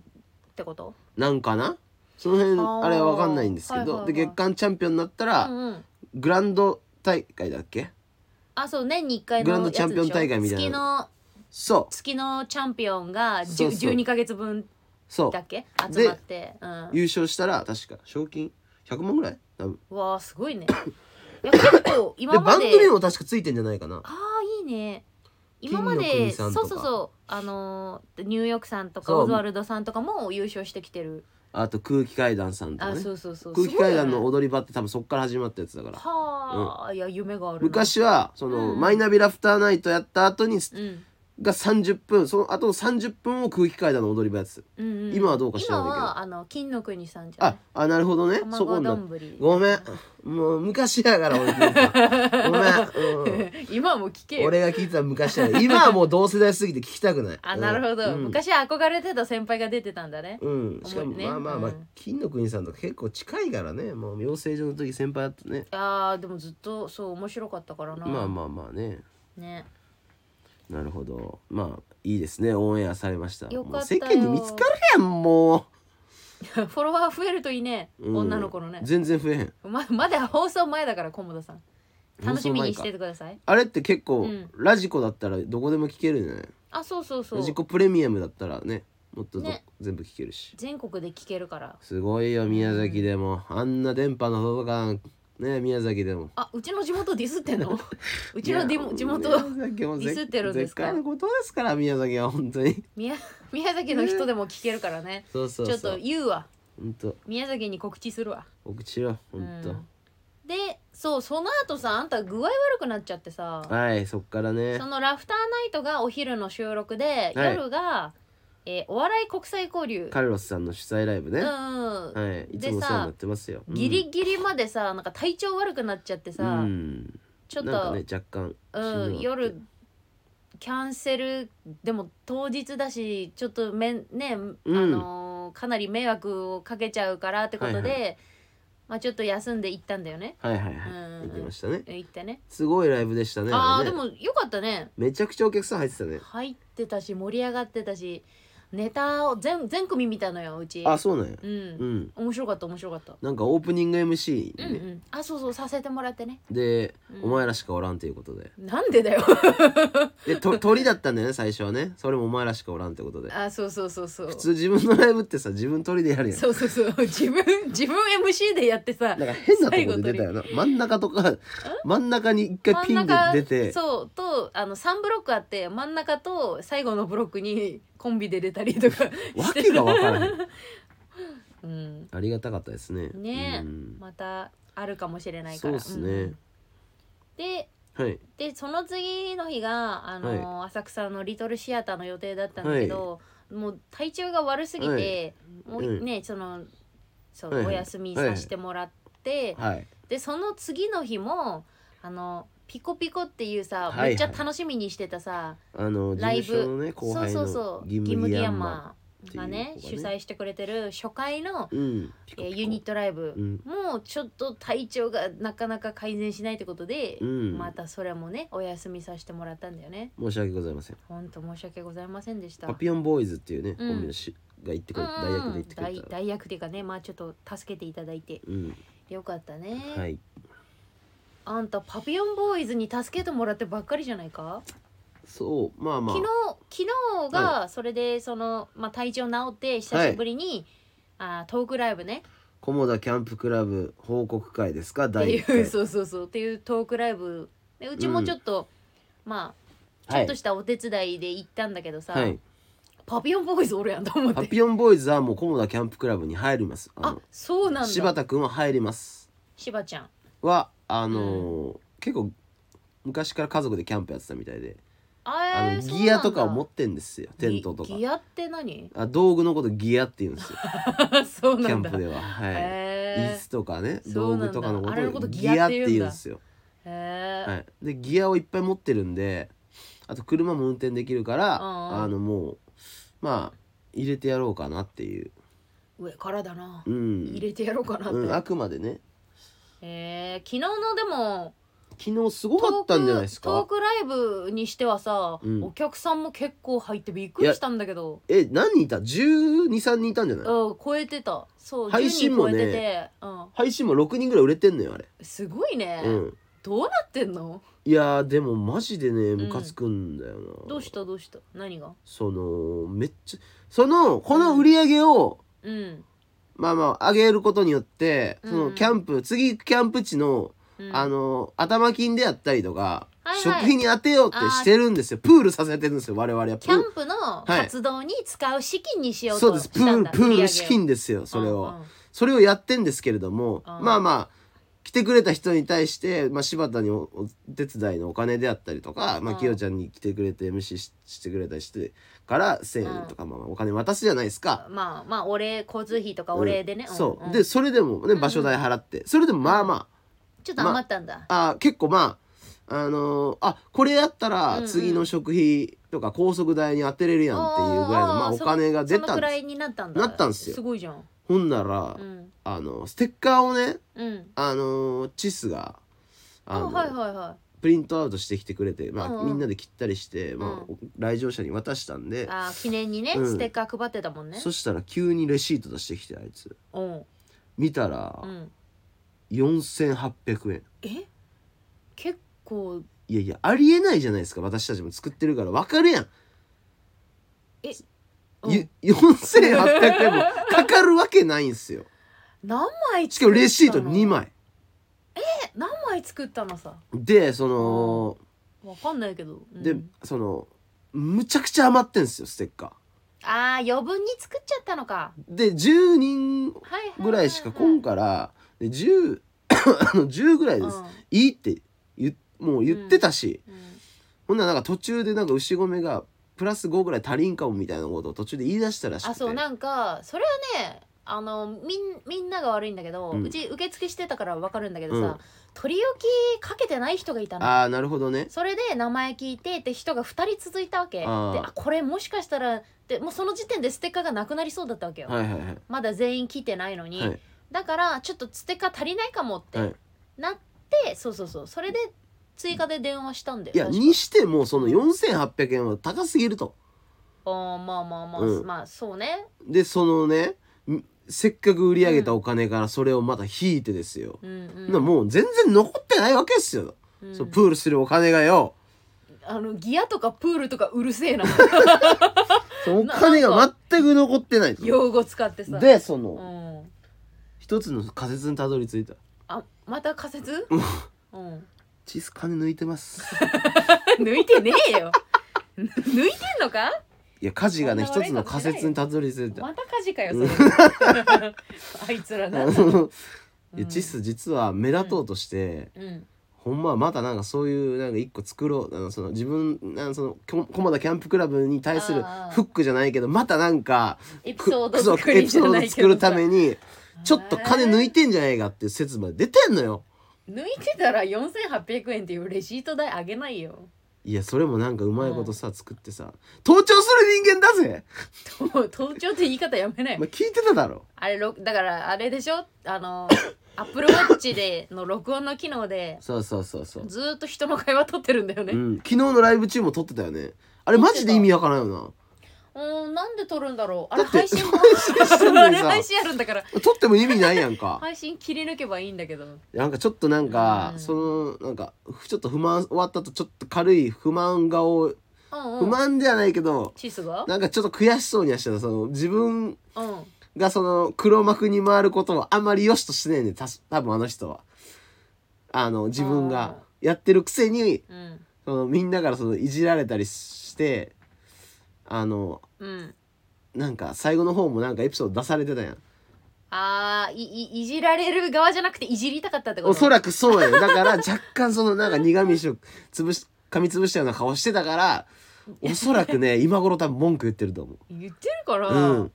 [SPEAKER 1] ってこと
[SPEAKER 2] なんかなその辺
[SPEAKER 1] あー
[SPEAKER 2] あれは分かんないんですけど、
[SPEAKER 1] はいはいはい
[SPEAKER 2] で月間チャンピオンになったら、
[SPEAKER 1] うんうん
[SPEAKER 2] グランド大会だっけ
[SPEAKER 1] あそう年に1回の
[SPEAKER 2] グランドチャンピオン
[SPEAKER 1] やつでしょ
[SPEAKER 2] 大会みたいな
[SPEAKER 1] 月の
[SPEAKER 2] そう
[SPEAKER 1] 月のチャンピオンが
[SPEAKER 2] そうそう
[SPEAKER 1] 12か月分
[SPEAKER 2] そ
[SPEAKER 1] だっ
[SPEAKER 2] う
[SPEAKER 1] け
[SPEAKER 2] で
[SPEAKER 1] 集まって、うん、
[SPEAKER 2] 優勝したら確か賞金100万ぐらい多分
[SPEAKER 1] うわあすごいねいや結構
[SPEAKER 2] で
[SPEAKER 1] 今ま
[SPEAKER 2] 番
[SPEAKER 1] で
[SPEAKER 2] 組も確かついてんじゃないかな
[SPEAKER 1] ああいいね今ま
[SPEAKER 2] 金の
[SPEAKER 1] で
[SPEAKER 2] 国
[SPEAKER 1] そ
[SPEAKER 2] さ
[SPEAKER 1] うん
[SPEAKER 2] と
[SPEAKER 1] そう
[SPEAKER 2] か
[SPEAKER 1] そうあのーニューヨークさんとか
[SPEAKER 2] そう
[SPEAKER 1] オズワルドさんとかも優勝してきてる
[SPEAKER 2] あと空気階段さんとか
[SPEAKER 1] あ
[SPEAKER 2] ね
[SPEAKER 1] そうそうそう
[SPEAKER 2] 空気階段の
[SPEAKER 1] すごいよね
[SPEAKER 2] 踊り場って多分そっから始まったやつだから
[SPEAKER 1] はあ、いや夢があるな
[SPEAKER 2] 昔はその、
[SPEAKER 1] うん
[SPEAKER 2] マイナビラフターナイトやった後にす
[SPEAKER 1] うん
[SPEAKER 2] が30分その後の30分を空気階段の踊り場やつ
[SPEAKER 1] うんうん、
[SPEAKER 2] 今はどうか知らないけど
[SPEAKER 1] 今はあの金の国さんじゃ
[SPEAKER 2] あ
[SPEAKER 1] ん
[SPEAKER 2] あなるほどねそこ
[SPEAKER 1] 卵
[SPEAKER 2] にな
[SPEAKER 1] 丼ぶり
[SPEAKER 2] ごめんもう昔やから俺聞いてたごめん、う ん
[SPEAKER 1] 今はもう聞けよ
[SPEAKER 2] 俺が聞いてた昔やから今はもう同世代すぎて聞きたくない
[SPEAKER 1] あなるほど、
[SPEAKER 2] うん、
[SPEAKER 1] 昔憧れてた先輩が出てたんだね
[SPEAKER 2] うん、しかも、
[SPEAKER 1] 思いね
[SPEAKER 2] まあまあまあ、
[SPEAKER 1] うん
[SPEAKER 2] 金の国さんとか結構近いからねもう養成所の時先輩だったね
[SPEAKER 1] あーでもずっとそう面白かったからな
[SPEAKER 2] まあまあまあね
[SPEAKER 1] ね
[SPEAKER 2] なるほどまあいいですねオンエアされました
[SPEAKER 1] よかったよ
[SPEAKER 2] もう世間に見つかるやんもう
[SPEAKER 1] フォロワー増えるといいね、
[SPEAKER 2] うん
[SPEAKER 1] 女の子のね
[SPEAKER 2] 全然増えへん
[SPEAKER 1] ままだ放送前だから菰田さん楽しみにして
[SPEAKER 2] 放送前か
[SPEAKER 1] てください
[SPEAKER 2] あれって結構、
[SPEAKER 1] うん
[SPEAKER 2] ラジコだったらどこでも聞けるんじゃない
[SPEAKER 1] あそうそうそ
[SPEAKER 2] ラジ
[SPEAKER 1] う
[SPEAKER 2] コプレミアムだったらねもっとど
[SPEAKER 1] ね
[SPEAKER 2] 全部聞けるし
[SPEAKER 1] 全国で聞けるから
[SPEAKER 2] すごいよ宮崎でも、あんな電波の届かんね宮崎でも
[SPEAKER 1] あうちの地元ディスってんのうちの
[SPEAKER 2] い
[SPEAKER 1] デ
[SPEAKER 2] や
[SPEAKER 1] ィ地元
[SPEAKER 2] 宮崎も
[SPEAKER 1] ディスってるんですか
[SPEAKER 2] 絶絶のことですから宮崎は本当に
[SPEAKER 1] 宮宮崎の人でも聞けるからね
[SPEAKER 2] そうそうそう
[SPEAKER 1] ちょっと言うわ
[SPEAKER 2] 本当
[SPEAKER 1] 宮崎に告知するわ
[SPEAKER 2] お口よ本当、
[SPEAKER 1] うんでそうその後さあんた具合悪くなっちゃってさ
[SPEAKER 2] はいそっからね
[SPEAKER 1] そのラフターナイトがお昼の収録で、
[SPEAKER 2] はい
[SPEAKER 1] 夜が、えーお笑い国際交流
[SPEAKER 2] カルロスさんの主催ライブ
[SPEAKER 1] う
[SPEAKER 2] ね、
[SPEAKER 1] ん、うん
[SPEAKER 2] はいいつもお世話になってますよ
[SPEAKER 1] ギリギリまでさなんか体調悪くなっちゃって
[SPEAKER 2] うん
[SPEAKER 1] さ、
[SPEAKER 2] うん
[SPEAKER 1] ちょっ
[SPEAKER 2] なんか
[SPEAKER 1] と、
[SPEAKER 2] ね若干
[SPEAKER 1] う
[SPEAKER 2] し
[SPEAKER 1] ん
[SPEAKER 2] どい
[SPEAKER 1] 夜キャンセルでも当日だしちょっとめんね、あのーかなり迷惑をかけちゃうからってことで、
[SPEAKER 2] はい
[SPEAKER 1] まあちょっと休んで行ったんだよね
[SPEAKER 2] はいはいはい、
[SPEAKER 1] うんうん
[SPEAKER 2] 行きましたね
[SPEAKER 1] え行ってね
[SPEAKER 2] すごいライブでしたね
[SPEAKER 1] ああ
[SPEAKER 2] れ
[SPEAKER 1] で
[SPEAKER 2] ね
[SPEAKER 1] もよかったね
[SPEAKER 2] めちゃくちゃお客さん入ってたね
[SPEAKER 1] 入ってたし盛り上がってたしネタを全全組見たのようち
[SPEAKER 2] あそうなんや
[SPEAKER 1] う
[SPEAKER 2] うんん
[SPEAKER 1] 面白かった面白かった
[SPEAKER 2] なんかオープニング MC
[SPEAKER 1] うん
[SPEAKER 2] ね、
[SPEAKER 1] うんあそうそうさせてもらってね
[SPEAKER 2] で、
[SPEAKER 1] うん
[SPEAKER 2] お前らしかおらんということで
[SPEAKER 1] なんでだよ
[SPEAKER 2] でと鳥だったんだよね最初はねそれもお前らしかおらんってことで
[SPEAKER 1] あそうそうそうそう
[SPEAKER 2] 普通自分のライブってさ自分鳥でやるやん
[SPEAKER 1] そうそうそう 自分自分 MC でやってさ
[SPEAKER 2] なんか変なとこで出たよな真ん中とか真ん中に一回ピンで出て
[SPEAKER 1] そうとあの3ブロックあって真ん中と最後のブロックにコンビで出たりとか
[SPEAKER 2] わ
[SPEAKER 1] して
[SPEAKER 2] け
[SPEAKER 1] た
[SPEAKER 2] がわからへん
[SPEAKER 1] うん
[SPEAKER 2] ありがたかったですね
[SPEAKER 1] ねえ
[SPEAKER 2] うん
[SPEAKER 1] またあるかもしれないか
[SPEAKER 2] そう
[SPEAKER 1] ら
[SPEAKER 2] ですね、
[SPEAKER 1] んで
[SPEAKER 2] はい
[SPEAKER 1] でその次の日があの、浅草のリトルシアターの予定だったんだけど、もう体調が悪すぎて、
[SPEAKER 2] はい
[SPEAKER 1] もうね、そのそう、
[SPEAKER 2] はいはい
[SPEAKER 1] お休みさせてもらって、
[SPEAKER 2] はい
[SPEAKER 1] でその次の日もあのピコピコっていうさ、
[SPEAKER 2] はいはい
[SPEAKER 1] めっちゃ楽しみにしてたさ
[SPEAKER 2] あの事
[SPEAKER 1] ライブ
[SPEAKER 2] 務所のね後
[SPEAKER 1] そう
[SPEAKER 2] 輩
[SPEAKER 1] そうそ
[SPEAKER 2] の
[SPEAKER 1] う
[SPEAKER 2] ギ
[SPEAKER 1] ギ
[SPEAKER 2] ム
[SPEAKER 1] ム
[SPEAKER 2] ギ
[SPEAKER 1] ギ
[SPEAKER 2] ヤ
[SPEAKER 1] ヤ
[SPEAKER 2] ンマ
[SPEAKER 1] マ
[SPEAKER 2] っていう
[SPEAKER 1] がね主
[SPEAKER 2] 子が
[SPEAKER 1] 催してくれてる初回の、
[SPEAKER 2] うん
[SPEAKER 1] え
[SPEAKER 2] ピコピ
[SPEAKER 1] ー
[SPEAKER 2] コ
[SPEAKER 1] ユニットライブ、
[SPEAKER 2] うん
[SPEAKER 1] もうちょっと体調がなかなか改善しないってことで、
[SPEAKER 2] うん
[SPEAKER 1] またそれもねお休みさせてもらったんだよね
[SPEAKER 2] 申し訳ございません
[SPEAKER 1] ほんと申し訳ございませんでした
[SPEAKER 2] パピオンボーイズっていうねコ
[SPEAKER 1] うん
[SPEAKER 2] ンビのしが行ってくれ大学で行ってく
[SPEAKER 1] うん
[SPEAKER 2] れ
[SPEAKER 1] うん大
[SPEAKER 2] た
[SPEAKER 1] 大役っていうかねまあちょっと助けていただいて
[SPEAKER 2] うん
[SPEAKER 1] よかったね、
[SPEAKER 2] はい
[SPEAKER 1] あんたパピヨンボーイズに助けてもらってばっかりじゃないか、
[SPEAKER 2] そうまあまあ
[SPEAKER 1] 昨日昨日がそれでその、まあ、体調治って久しぶりに、あートークライブね
[SPEAKER 2] 菰田キャンプクラブ報告会ですか
[SPEAKER 1] って
[SPEAKER 2] 第
[SPEAKER 1] い
[SPEAKER 2] 1回
[SPEAKER 1] う そうそうそうっていうトークライブでうちもちょっと、まあち
[SPEAKER 2] は
[SPEAKER 1] ょ
[SPEAKER 2] い
[SPEAKER 1] っとしたお手伝いで行ったんだけどさ、
[SPEAKER 2] はい
[SPEAKER 1] パピヨンボーイズおるやんと思っ
[SPEAKER 2] パ
[SPEAKER 1] て
[SPEAKER 2] ピオンボーイズはもう菰田キャンプクラブに入りますあ
[SPEAKER 1] あ
[SPEAKER 2] の
[SPEAKER 1] そうなんだし
[SPEAKER 2] 柴
[SPEAKER 1] ば
[SPEAKER 2] 田くんは入ります
[SPEAKER 1] ちゃん
[SPEAKER 2] はあのー結構昔から家族でキャンプやってたみたいであ
[SPEAKER 1] あ
[SPEAKER 2] の
[SPEAKER 1] ーそうなんだ
[SPEAKER 2] ギアとかを持ってんですよテントとか
[SPEAKER 1] ギギアって何
[SPEAKER 2] あ道具のことギアって言うんですよ
[SPEAKER 1] あ そう
[SPEAKER 2] キ
[SPEAKER 1] な
[SPEAKER 2] ャ
[SPEAKER 1] ん
[SPEAKER 2] ン
[SPEAKER 1] だ
[SPEAKER 2] プでははい、椅
[SPEAKER 1] へ
[SPEAKER 2] 子とかね
[SPEAKER 1] そうな
[SPEAKER 2] 道
[SPEAKER 1] ん
[SPEAKER 2] 具
[SPEAKER 1] だ
[SPEAKER 2] とかのこ
[SPEAKER 1] あれのこ
[SPEAKER 2] とを
[SPEAKER 1] と
[SPEAKER 2] ギ
[SPEAKER 1] ギ
[SPEAKER 2] ア
[SPEAKER 1] ア
[SPEAKER 2] っ
[SPEAKER 1] ってて言
[SPEAKER 2] 言う
[SPEAKER 1] うんんだ
[SPEAKER 2] ですよ、
[SPEAKER 1] えへ
[SPEAKER 2] は
[SPEAKER 1] え
[SPEAKER 2] い、でギアをいっぱい持ってるんであと車も運転できるから
[SPEAKER 1] うんうん
[SPEAKER 2] あのもうまあ入れてやろうかなっていう、
[SPEAKER 1] 上からだな
[SPEAKER 2] うん
[SPEAKER 1] 入れてやろうかなって、
[SPEAKER 2] うん、あくまでね
[SPEAKER 1] えー昨日のでも
[SPEAKER 2] 昨日すごかったんじゃないです
[SPEAKER 1] トー
[SPEAKER 2] か
[SPEAKER 1] クライブにしてはさ、
[SPEAKER 2] うん
[SPEAKER 1] お客さんも結構入ってびっくりしたんだけど
[SPEAKER 2] え何人いた1 2 3人いたんじゃない
[SPEAKER 1] うん超えてたそう
[SPEAKER 2] 配信もね
[SPEAKER 1] 10人超えてて、うん、
[SPEAKER 2] 配信も6人ぐらい売れてんのよあれ、
[SPEAKER 1] すごいね、
[SPEAKER 2] うん、
[SPEAKER 1] どうなってんの
[SPEAKER 2] いやーでもマジでねムカつくんだよな、
[SPEAKER 1] どうしたどうした何が
[SPEAKER 2] そのめっちゃそのこの売り上げを、
[SPEAKER 1] うん、
[SPEAKER 2] まあまあ上げることによってその
[SPEAKER 1] うん
[SPEAKER 2] キャンプ、次行くキャンプ地の、
[SPEAKER 1] うん、
[SPEAKER 2] あの頭金であったりとか、
[SPEAKER 1] はいはい
[SPEAKER 2] 食費に当てようってしてるんですよプールさせてるんですよ我々はプ
[SPEAKER 1] キャ
[SPEAKER 2] ー
[SPEAKER 1] ンプの
[SPEAKER 2] はい
[SPEAKER 1] 活動に使う資金にしよ
[SPEAKER 2] ル
[SPEAKER 1] う
[SPEAKER 2] そう
[SPEAKER 1] とし
[SPEAKER 2] ですプ
[SPEAKER 1] た
[SPEAKER 2] ー
[SPEAKER 1] ん
[SPEAKER 2] ル
[SPEAKER 1] だ
[SPEAKER 2] プール資
[SPEAKER 1] 売り上げを
[SPEAKER 2] 金ですよそれを、
[SPEAKER 1] うんうん
[SPEAKER 2] それをやってんですけれど
[SPEAKER 1] う
[SPEAKER 2] も、
[SPEAKER 1] ん
[SPEAKER 2] まあまあ来てくれた人に対して、まあ、柴田におお手伝いのお金であったりとか、まあ、
[SPEAKER 1] うん
[SPEAKER 2] きよちゃんに来てくれて MC ししてくれたりしてから1,000円とか、まあまあお金渡すじゃないですか。
[SPEAKER 1] まあまあお礼交通費とかお礼でね、
[SPEAKER 2] うん
[SPEAKER 1] ん
[SPEAKER 2] そう、
[SPEAKER 1] ん
[SPEAKER 2] でそれでもね場所代払って、それでもまあま
[SPEAKER 1] ちょっと余ったんだ、
[SPEAKER 2] ああー結構まああのーあこれやった
[SPEAKER 1] う
[SPEAKER 2] ら
[SPEAKER 1] んうん
[SPEAKER 2] 次の食費とか高速代に当てれるやんっていうぐらいのまあお
[SPEAKER 1] そ
[SPEAKER 2] 金が出
[SPEAKER 1] そ
[SPEAKER 2] た
[SPEAKER 1] の
[SPEAKER 2] ん
[SPEAKER 1] く
[SPEAKER 2] で
[SPEAKER 1] ら
[SPEAKER 2] す
[SPEAKER 1] いになったんだ
[SPEAKER 2] なったんですよ
[SPEAKER 1] すごいじゃん
[SPEAKER 2] ほんなら、
[SPEAKER 1] うん
[SPEAKER 2] あのステッカーをね
[SPEAKER 1] うん
[SPEAKER 2] あのーチスがあ
[SPEAKER 1] あ
[SPEAKER 2] の
[SPEAKER 1] はいはいは
[SPEAKER 2] プリントアウトしてきてくれて、まあ
[SPEAKER 1] うんうん
[SPEAKER 2] みんなで切ったりして、まあ
[SPEAKER 1] う
[SPEAKER 2] 来場者に渡したん
[SPEAKER 1] い
[SPEAKER 2] で、
[SPEAKER 1] あ記念にね、
[SPEAKER 2] うん
[SPEAKER 1] ステッカー配ってたもんね
[SPEAKER 2] そしたら急にレシート出してきてあいつ
[SPEAKER 1] うん
[SPEAKER 2] 見たら
[SPEAKER 1] うん
[SPEAKER 2] 4800円。
[SPEAKER 1] え結構
[SPEAKER 2] いやいやありえないじゃないですか私たちも作ってるからわかるやん、
[SPEAKER 1] うん
[SPEAKER 2] ゆ4800円もかかるわけないん すよ
[SPEAKER 1] 何枚
[SPEAKER 2] しかもレシー
[SPEAKER 1] 作
[SPEAKER 2] ト
[SPEAKER 1] ったの
[SPEAKER 2] 2枚
[SPEAKER 1] え何枚作ったのさ
[SPEAKER 2] でその、
[SPEAKER 1] わかんないけど、うん
[SPEAKER 2] でそのむちゃくちゃ余ってんすよステッカ
[SPEAKER 1] あー余分に作っちゃったのか
[SPEAKER 2] ーで10
[SPEAKER 1] は
[SPEAKER 2] 人
[SPEAKER 1] いはいはは
[SPEAKER 2] ぐらいしか来んからで 10, あの10ぐらいです、いいって言もう言ってたし、
[SPEAKER 1] うんうん
[SPEAKER 2] ほんならなんか途中でなんか牛込がプラス5ぐらい足りんかもみたいなことを途中で言い出したらしくて
[SPEAKER 1] あそうなんかそれはねあのみんみんなが悪いんだけど、
[SPEAKER 2] う
[SPEAKER 1] うんち受付してたから分かるんだけどさ、
[SPEAKER 2] うん
[SPEAKER 1] 取り置きかけてない人がいたの
[SPEAKER 2] あーなるほどね
[SPEAKER 1] それで名前聞いてって人が2人続いたわけで
[SPEAKER 2] あー
[SPEAKER 1] あこれもしかしたらでもうその時点でステッカーがなくなりそうだったわけよ、
[SPEAKER 2] はいはいはい
[SPEAKER 1] まだ全員来てないのに、
[SPEAKER 2] はい
[SPEAKER 1] だからちょっとステッカー足りないかもって、
[SPEAKER 2] はい
[SPEAKER 1] なってそうそうそうそれで追加で電話したんだよ
[SPEAKER 2] いや
[SPEAKER 1] 確か
[SPEAKER 2] にしてもその4800円は高すぎると
[SPEAKER 1] あーまあまあまあ、
[SPEAKER 2] うん
[SPEAKER 1] まあそうね
[SPEAKER 2] でそのねんせっかく売り上げたお金からそれをまた引いてですよ、
[SPEAKER 1] うんうん
[SPEAKER 2] なもう全然残ってないわけですよ、
[SPEAKER 1] うん
[SPEAKER 2] そのプールするお金がよ
[SPEAKER 1] あのギアとかプールとかうるせえな
[SPEAKER 2] そのお金
[SPEAKER 1] なな
[SPEAKER 2] が全く残ってないと
[SPEAKER 1] 用語使ってさ
[SPEAKER 2] でそうの
[SPEAKER 1] ん、
[SPEAKER 2] 一つの仮説にたどり着いた
[SPEAKER 1] あまた仮説うん
[SPEAKER 2] 「チス金抜いてます」
[SPEAKER 1] 抜いてねえよ 抜いてんのか
[SPEAKER 2] いや家事がね
[SPEAKER 1] そん
[SPEAKER 2] 一
[SPEAKER 1] な悪いこ
[SPEAKER 2] つの
[SPEAKER 1] としない
[SPEAKER 2] 仮説にたどり着いた
[SPEAKER 1] また火事かよ
[SPEAKER 2] うん
[SPEAKER 1] それ あいつらな、うん、
[SPEAKER 2] いやチス実は目立とうとして、
[SPEAKER 1] うん
[SPEAKER 2] ほんまはまたなんかそういうなんか一個作ろうあのその自分あのそのこ駒田キャンプクラブに対する
[SPEAKER 1] あー
[SPEAKER 2] フックじゃないけどまたなんか
[SPEAKER 1] エピ
[SPEAKER 2] く
[SPEAKER 1] ソード
[SPEAKER 2] そう
[SPEAKER 1] 作り
[SPEAKER 2] エピ
[SPEAKER 1] じ
[SPEAKER 2] ソ
[SPEAKER 1] ゃ
[SPEAKER 2] ー
[SPEAKER 1] な
[SPEAKER 2] ド
[SPEAKER 1] いけ
[SPEAKER 2] 作
[SPEAKER 1] ど
[SPEAKER 2] るた
[SPEAKER 1] さ
[SPEAKER 2] めにちょっと金抜いてんじゃないかっていう説まで出てんのよ。
[SPEAKER 1] 抜いてたら4800円っていうレシート代あげないよ
[SPEAKER 2] いやそれもなんかうまいことさ、作ってさ盗聴する人間だぜ、
[SPEAKER 1] 盗盗聴って言い方やめな
[SPEAKER 2] お
[SPEAKER 1] い
[SPEAKER 2] 前聞いてただろ
[SPEAKER 1] あれろだからあれでしょあ のアップルウォッチでの録音の機能で
[SPEAKER 2] そうそうそうそう、
[SPEAKER 1] ずーっと人の会話撮ってるんだよね、
[SPEAKER 2] う
[SPEAKER 1] うん
[SPEAKER 2] ん、昨日のライブ中も撮ってたよねあれマジで意味わからんよ
[SPEAKER 1] ーんなんで撮るんだろうあれ
[SPEAKER 2] だって
[SPEAKER 1] 配 信も
[SPEAKER 2] してん の
[SPEAKER 1] あ
[SPEAKER 2] に
[SPEAKER 1] れ
[SPEAKER 2] さ
[SPEAKER 1] 配信あるんだから
[SPEAKER 2] な撮っても意味ないやんか
[SPEAKER 1] 配信切り抜けばいいんだけど
[SPEAKER 2] なんかちょっとなんか、
[SPEAKER 1] うん
[SPEAKER 2] そのなんかふちょっと不満終わったとちょっと軽い不満顔、
[SPEAKER 1] うん
[SPEAKER 2] 不
[SPEAKER 1] うん
[SPEAKER 2] 満じゃないけど
[SPEAKER 1] チスが
[SPEAKER 2] なんかちょっと悔しそうにはしてたその自分
[SPEAKER 1] うん
[SPEAKER 2] がその黒幕に回ることをあんまり良しとしてないんでたし多分あの人はあの自分がやってるくせに
[SPEAKER 1] うん
[SPEAKER 2] そのみんなからそのいじられたりしてあの
[SPEAKER 1] うん
[SPEAKER 2] なんか最後の方もなんかエピソード出されてたやん
[SPEAKER 1] あーいいいじられる側じゃなくていじりたかったってこと
[SPEAKER 2] おそらくそうやねだから若干そのなんか苦味を潰し噛みつぶしたような顔してたからおそら くね今頃多分文句言ってると思う
[SPEAKER 1] 言ってるから、
[SPEAKER 2] うん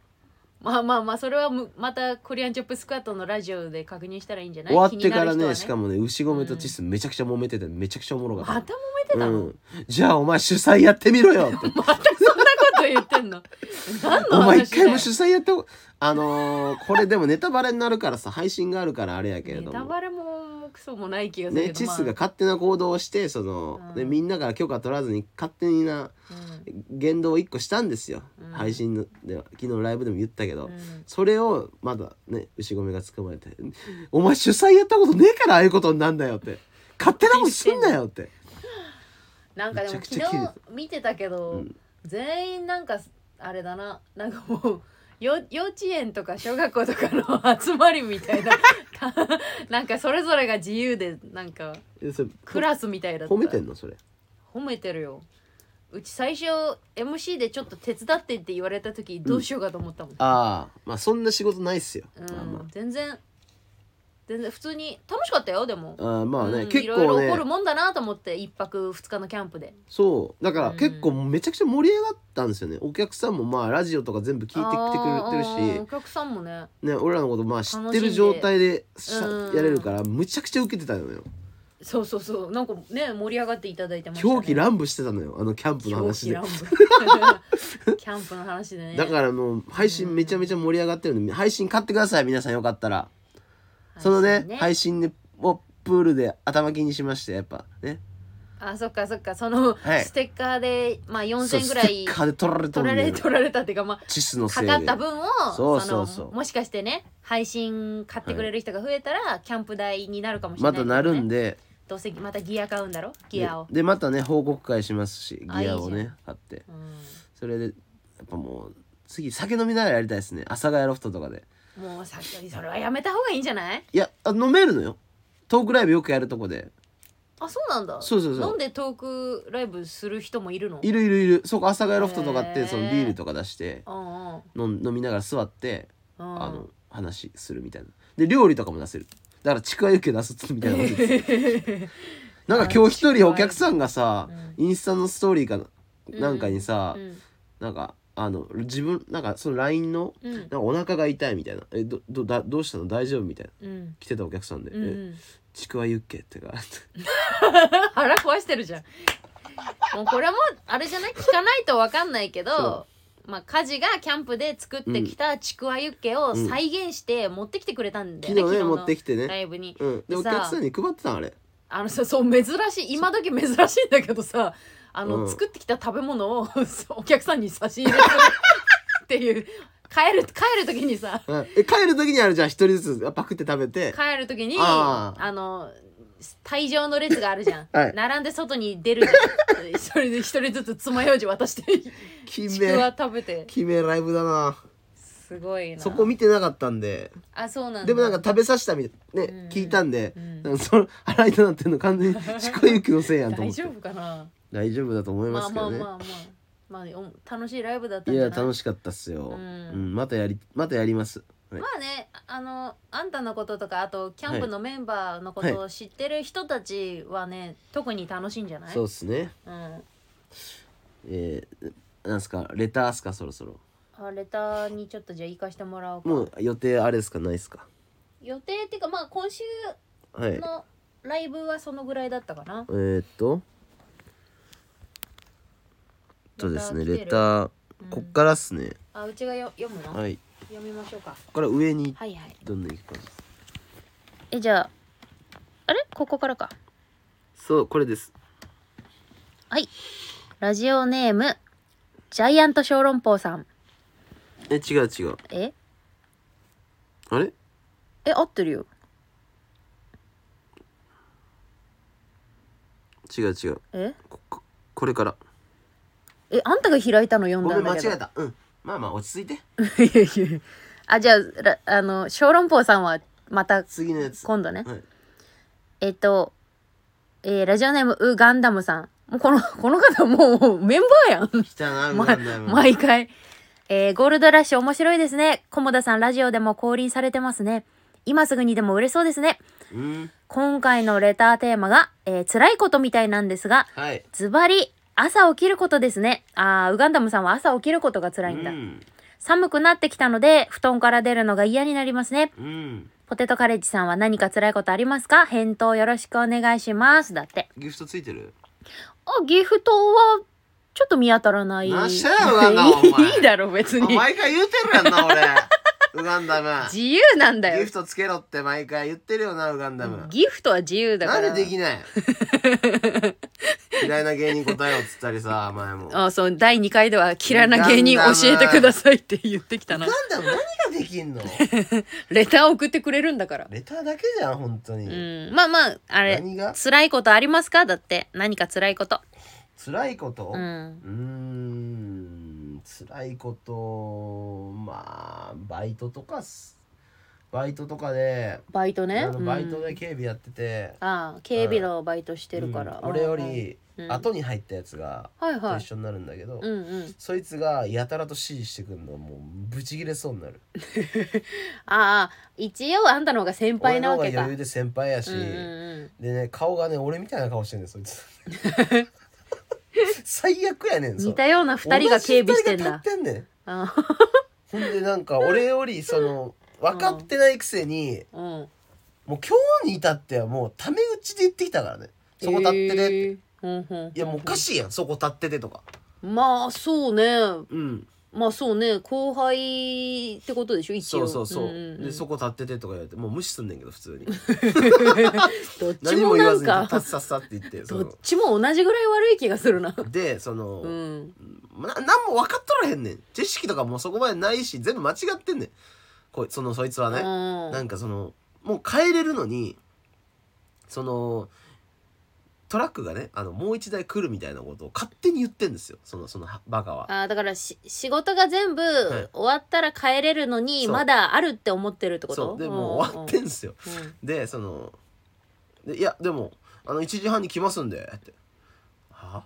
[SPEAKER 1] まあまあまあそれはむまたコリアンチョップスクワットのラジオで確認したらいいんじゃない
[SPEAKER 2] 終わってから
[SPEAKER 1] 気に
[SPEAKER 2] ね
[SPEAKER 1] なる
[SPEAKER 2] し
[SPEAKER 1] 人
[SPEAKER 2] か
[SPEAKER 1] は
[SPEAKER 2] もね牛込とチスめちゃくちゃ揉めててめちゃくちゃおもろかった、
[SPEAKER 1] また揉めてたの、
[SPEAKER 2] うん、じゃあお前主催やってみろよって
[SPEAKER 1] またそんなこと言ってんの何の話
[SPEAKER 2] お
[SPEAKER 1] だよ
[SPEAKER 2] 前一回も主催やってほあのーこれでもネタバレになるからさ配信があるからあれやけれ
[SPEAKER 1] ネ
[SPEAKER 2] ど
[SPEAKER 1] タ
[SPEAKER 2] も
[SPEAKER 1] バレもクソもない気がするけど、
[SPEAKER 2] ねチ
[SPEAKER 1] まあ
[SPEAKER 2] スが、勝手な行動をしてその、
[SPEAKER 1] うん
[SPEAKER 2] ねみんなから許可取らずに勝手にな言動を1個したんですよ、
[SPEAKER 1] うん
[SPEAKER 2] 配信のでは昨日ライブでも言ったけど、
[SPEAKER 1] うんうん
[SPEAKER 2] それをまだね牛込が捕まえて「お前主催やったことねえからああいうことになんだよ」って「勝手なことすんなよ」って
[SPEAKER 1] なんかでも
[SPEAKER 2] め
[SPEAKER 1] 昨
[SPEAKER 2] ちゃくちゃ切れた
[SPEAKER 1] 日見てたけど、
[SPEAKER 2] うん
[SPEAKER 1] 全員なんかあれだななんかもうよ幼稚園とか小学校とかの集まりみたいな たなんかそれぞれが自由でなんか
[SPEAKER 2] えそれ
[SPEAKER 1] クラスみたいだった
[SPEAKER 2] 褒めてんのそれ
[SPEAKER 1] 褒めてるようち最初 MC でちょっと手伝ってって言われた時どうしようかと思ったもん、
[SPEAKER 2] ああまあそんな仕事ないっすよ、
[SPEAKER 1] うん
[SPEAKER 2] まあま
[SPEAKER 1] 全然全然普通に楽しかったよでも、
[SPEAKER 2] ああーまあ
[SPEAKER 1] う
[SPEAKER 2] ね、
[SPEAKER 1] ん
[SPEAKER 2] 結
[SPEAKER 1] い
[SPEAKER 2] 構
[SPEAKER 1] ろいろ起こ
[SPEAKER 2] ね
[SPEAKER 1] るもんだなと思って一泊二日のキャンプで
[SPEAKER 2] そうだから
[SPEAKER 1] うん
[SPEAKER 2] 結構めちゃくちゃ盛り上がったんですよねお客さんもまあラジオとか全部聞いてきてくれ
[SPEAKER 1] あ
[SPEAKER 2] て
[SPEAKER 1] ーお
[SPEAKER 2] る
[SPEAKER 1] 客さんもね
[SPEAKER 2] し、ね、俺らのことまあ知っ
[SPEAKER 1] 楽
[SPEAKER 2] て
[SPEAKER 1] しん
[SPEAKER 2] る
[SPEAKER 1] で
[SPEAKER 2] 状態でしゃ
[SPEAKER 1] うん
[SPEAKER 2] やれるからむちゃくちゃ受けてたのよ
[SPEAKER 1] そうそうそうなんかね盛り上がっていただいてました、ね、
[SPEAKER 2] 狂気乱舞してたのよあのキャンプの話で
[SPEAKER 1] 狂気乱舞 キャンプの話でね
[SPEAKER 2] だからもう配信めちゃめちゃ盛り上がってるんで配信買ってください皆さんよかったらそのね配信でをプールで頭金にしましてやっぱね
[SPEAKER 1] あそっかそっかその、
[SPEAKER 2] はい
[SPEAKER 1] ステッカーでまあ
[SPEAKER 2] そう
[SPEAKER 1] 4000ぐ
[SPEAKER 2] ステ
[SPEAKER 1] らい
[SPEAKER 2] ッカーで取られと
[SPEAKER 1] 取
[SPEAKER 2] る
[SPEAKER 1] ら
[SPEAKER 2] んだ
[SPEAKER 1] れ
[SPEAKER 2] よ
[SPEAKER 1] 取られたっていうかまあ
[SPEAKER 2] チスのせ
[SPEAKER 1] か
[SPEAKER 2] い
[SPEAKER 1] かった
[SPEAKER 2] で
[SPEAKER 1] 分を
[SPEAKER 2] そうそうそう
[SPEAKER 1] のもしかしてね配信買ってくれる人が増えたら、キャンプ代になるかもしれな
[SPEAKER 2] ま
[SPEAKER 1] いけ
[SPEAKER 2] た
[SPEAKER 1] どね、
[SPEAKER 2] なるんで
[SPEAKER 1] どうせまたギア買うんだろギ
[SPEAKER 2] で
[SPEAKER 1] アを、
[SPEAKER 2] でまたね報告会しますし
[SPEAKER 1] あ
[SPEAKER 2] ギアを
[SPEAKER 1] いいじ
[SPEAKER 2] ね買って
[SPEAKER 1] う
[SPEAKER 2] それでやっぱもう次酒飲みながらやりたいですね阿佐ヶ谷ロフトとかで
[SPEAKER 1] ん、もうさっきそれはやめた方がいいんじゃない
[SPEAKER 2] いやあ飲めるのよトークライブよくやるとこで
[SPEAKER 1] あそうなんだ
[SPEAKER 2] そうそうそう
[SPEAKER 1] 飲んでトークライブする人もいるの
[SPEAKER 2] いるいるいるそこ阿佐ヶ谷ロフトとかっ
[SPEAKER 1] へ
[SPEAKER 2] て
[SPEAKER 1] ー
[SPEAKER 2] そのビールとか出して
[SPEAKER 1] うんうん
[SPEAKER 2] 飲ん飲みながら座って
[SPEAKER 1] うん
[SPEAKER 2] あの話するみたいなで料理とかも出せるだからちくわユッケ出すみたいなことですなんか今日一人お客さんがさインスタのストーリーかななんかにさ、
[SPEAKER 1] うん
[SPEAKER 2] なんかあの自分なんかその LINE の
[SPEAKER 1] うん
[SPEAKER 2] なんかお腹が痛いみたいな「えどどだどうしたの大丈夫?」みたいな
[SPEAKER 1] うん
[SPEAKER 2] 来てたお客さんで「
[SPEAKER 1] うんう
[SPEAKER 2] え
[SPEAKER 1] ん
[SPEAKER 2] ちくわユッケ」ってか
[SPEAKER 1] 腹壊してるじゃんもうこれもあれじゃない聞かないとわかんないけ
[SPEAKER 2] そ
[SPEAKER 1] どまあ家事がキャンプで作ってきたちくわユッケを再現して持ってきてくれたんだよ
[SPEAKER 2] 昨
[SPEAKER 1] ね、
[SPEAKER 2] 日ね
[SPEAKER 1] 昨日の
[SPEAKER 2] 持ってきて
[SPEAKER 1] ラ
[SPEAKER 2] ね、
[SPEAKER 1] イブに
[SPEAKER 2] うん、で
[SPEAKER 1] で
[SPEAKER 2] お
[SPEAKER 1] さ
[SPEAKER 2] 客さんに配ってたのあれ
[SPEAKER 1] あのさそう珍しい今時珍しいんだけどさあの、
[SPEAKER 2] うん
[SPEAKER 1] 作ってきた食べ物を そうお客さんに差し入れするっていう帰る帰る時にさ
[SPEAKER 2] うんえ帰る時にあれじゃあ一人ずつパクって食べて
[SPEAKER 1] 帰る時に
[SPEAKER 2] あ
[SPEAKER 1] あ
[SPEAKER 2] ー
[SPEAKER 1] の退場の列があるじゃん、
[SPEAKER 2] はい
[SPEAKER 1] 並んで外に出るじゃんそれで一人ずつ爪楊枝渡して
[SPEAKER 2] 決
[SPEAKER 1] ちく
[SPEAKER 2] め
[SPEAKER 1] わ食べて
[SPEAKER 2] 決めライブだな
[SPEAKER 1] すごいな
[SPEAKER 2] そこ見てなかったんで
[SPEAKER 1] あそうなんだ
[SPEAKER 2] でもなんか食べさせたみたいね、
[SPEAKER 1] うん
[SPEAKER 2] 聞いたんで、
[SPEAKER 1] うん
[SPEAKER 2] なんかその腹痛なってんの完 全にちくわゆきのせいやんと思
[SPEAKER 1] 大
[SPEAKER 2] って
[SPEAKER 1] 丈夫かな
[SPEAKER 2] 大丈夫だと思いま
[SPEAKER 1] ますあ
[SPEAKER 2] けど
[SPEAKER 1] まあま
[SPEAKER 2] ね、
[SPEAKER 1] あまあまあ、お楽しいライブだったん
[SPEAKER 2] い
[SPEAKER 1] じ
[SPEAKER 2] や
[SPEAKER 1] ゃない
[SPEAKER 2] 楽しかったっすよ、う
[SPEAKER 1] うんん
[SPEAKER 2] またやりまたやります、はい
[SPEAKER 1] まあねあのあんたのこととかあとキャンプのメンバーのこ
[SPEAKER 2] はい
[SPEAKER 1] とを知ってる人たちはね、特に楽しいんじゃない
[SPEAKER 2] そうっすね
[SPEAKER 1] うん、
[SPEAKER 2] えー、なんすかレターっすかそろそろ
[SPEAKER 1] あレターにちょっとじゃあ行かしてもらおうか
[SPEAKER 2] もう予定あれですかないっすか
[SPEAKER 1] 予定っていうかまあ今週
[SPEAKER 2] はい
[SPEAKER 1] のライブはそのぐらいだったかな
[SPEAKER 2] えー、っととですね
[SPEAKER 1] レター来て
[SPEAKER 2] レ
[SPEAKER 1] る
[SPEAKER 2] ター
[SPEAKER 1] うん
[SPEAKER 2] こっからっすね、
[SPEAKER 1] あうちがよ読むの、
[SPEAKER 2] はいこ
[SPEAKER 1] 読みましょうか
[SPEAKER 2] こから上に
[SPEAKER 1] はいはい
[SPEAKER 2] どんどんいくかです
[SPEAKER 1] えじゃああれここからか
[SPEAKER 2] そうこれです
[SPEAKER 1] はいラジオネームジャイアント小籠包さん
[SPEAKER 2] え違う違う
[SPEAKER 1] え
[SPEAKER 2] あれ
[SPEAKER 1] え合ってるよ
[SPEAKER 2] 違う違う
[SPEAKER 1] え
[SPEAKER 2] こここれから
[SPEAKER 1] えあんたが開いたの読ん
[SPEAKER 2] ご
[SPEAKER 1] だ
[SPEAKER 2] め
[SPEAKER 1] ん
[SPEAKER 2] ん間
[SPEAKER 1] だけど
[SPEAKER 2] 違えたうんまあまあ落ち着いて
[SPEAKER 1] いやいやいや あじゃあらあの小籠包さんはまた
[SPEAKER 2] 次のやつ
[SPEAKER 1] 今度ね
[SPEAKER 2] はい
[SPEAKER 1] えっと、えーラジオネームウガンダムさんもうこのこの方もうも うメンバーやん
[SPEAKER 2] 来たな
[SPEAKER 1] ま
[SPEAKER 2] うんうんうん
[SPEAKER 1] 毎回、えーゴールドラッシュ面白いですね菰田さんラジオでも降臨されてますね今すぐにでも売れそうですね
[SPEAKER 2] うん
[SPEAKER 1] 今回のレターテーマが、えー辛いことみたいなんですが
[SPEAKER 2] はい
[SPEAKER 1] ズバリ朝起きることですねあーウガンダムさんは朝起きることが辛いんだ、
[SPEAKER 2] うん
[SPEAKER 1] 寒くなってきたので布団から出るのが嫌になりますね
[SPEAKER 2] うん
[SPEAKER 1] ポテトカレッジさんは何か辛いことありますか返答よろしくお願いしますだって
[SPEAKER 2] ギフトついてる
[SPEAKER 1] あギフトはちょっと見当たらない
[SPEAKER 2] なんしたよウガンダムお前
[SPEAKER 1] いいいいだろ別
[SPEAKER 2] あ
[SPEAKER 1] に
[SPEAKER 2] 毎回言うてるやん な俺ウガンダム
[SPEAKER 1] 自由なんだ
[SPEAKER 2] ギ
[SPEAKER 1] よ
[SPEAKER 2] フトつけろって毎回言ってるよなウガンダム
[SPEAKER 1] ギフトは自由だか
[SPEAKER 2] な
[SPEAKER 1] ら
[SPEAKER 2] んでできない 嫌いな芸人答えをつったりさ前も
[SPEAKER 1] あそう第2回では嫌いな芸人教えてくださいって言ってきた
[SPEAKER 2] ウガ
[SPEAKER 1] な
[SPEAKER 2] ンダム何ができんの
[SPEAKER 1] レター送ってくれるんだから
[SPEAKER 2] レターだけじゃん本当に、
[SPEAKER 1] うんまあまああれ
[SPEAKER 2] 何が
[SPEAKER 1] 辛いことありますかだって何か辛いこと
[SPEAKER 2] 辛いこと
[SPEAKER 1] う
[SPEAKER 2] うんーん辛いことまあバイトとかっすバイトとかで、
[SPEAKER 1] バイトね
[SPEAKER 2] あのバイト
[SPEAKER 1] うん
[SPEAKER 2] で警備やってて、
[SPEAKER 1] ああ警備のバイトしてるから、
[SPEAKER 2] うん俺よ
[SPEAKER 1] はいはい
[SPEAKER 2] り
[SPEAKER 1] うん
[SPEAKER 2] 後に入ったやつが
[SPEAKER 1] はい
[SPEAKER 2] と
[SPEAKER 1] は
[SPEAKER 2] 一
[SPEAKER 1] い
[SPEAKER 2] 緒になるんだけど、
[SPEAKER 1] うんうん
[SPEAKER 2] そいつがやたらと指示してくるのもうブチギレそうになる
[SPEAKER 1] ああ一応あんたの方が先輩
[SPEAKER 2] 俺の
[SPEAKER 1] な
[SPEAKER 2] 方
[SPEAKER 1] わ
[SPEAKER 2] が
[SPEAKER 1] けか
[SPEAKER 2] 余裕で先輩やし、
[SPEAKER 1] うんうん
[SPEAKER 2] でね顔がね俺みたいな顔してんねんそい つ最悪やね
[SPEAKER 1] うんん、
[SPEAKER 2] そう
[SPEAKER 1] 似たような2人が警備してんだ
[SPEAKER 2] 同じ二人が立ってんねん
[SPEAKER 1] あ
[SPEAKER 2] ほんでなんか俺よりその分かってないくせに、
[SPEAKER 1] あうん
[SPEAKER 2] もう今日に至ってはもうタメ口で言ってきたからね「そこ立ってて」って、
[SPEAKER 1] えーうんうん
[SPEAKER 2] いやもうおかしいやん「そこ立ってて」とか
[SPEAKER 1] まあそうね
[SPEAKER 2] うん
[SPEAKER 1] まあそうね後輩ってことでしょ一
[SPEAKER 2] そ
[SPEAKER 1] 応
[SPEAKER 2] うそうそう,、
[SPEAKER 1] んんん
[SPEAKER 2] で「そこ立ってて」とか言われてもう無視すんねんけど 普通に
[SPEAKER 1] どっち
[SPEAKER 2] 何も
[SPEAKER 1] も
[SPEAKER 2] 言
[SPEAKER 1] な
[SPEAKER 2] わ
[SPEAKER 1] ん
[SPEAKER 2] ずに「立
[SPEAKER 1] か
[SPEAKER 2] っさっさ」って言ってそ
[SPEAKER 1] どっ
[SPEAKER 2] の
[SPEAKER 1] ちも同じぐらい悪い気がするな
[SPEAKER 2] でその、
[SPEAKER 1] うん
[SPEAKER 2] な何も分かっとらへんねん知識とかもそこまでないし全部間違ってんねんこいそのそいつは
[SPEAKER 1] う
[SPEAKER 2] ね、
[SPEAKER 1] ん
[SPEAKER 2] なんかそのもう帰れるのにそのトラックがねあのもう一台来るみたいなことを勝手に言ってんですよそのそのはバカは。
[SPEAKER 1] あーだからし仕事が全部
[SPEAKER 2] い
[SPEAKER 1] 終わったら帰れるのに、
[SPEAKER 2] そう
[SPEAKER 1] まだあるって思ってるってこと
[SPEAKER 2] そうでもう終わってんですよ。
[SPEAKER 1] うんうんうん
[SPEAKER 2] でそのでいやでもあの1時半に来ますんでって「はあ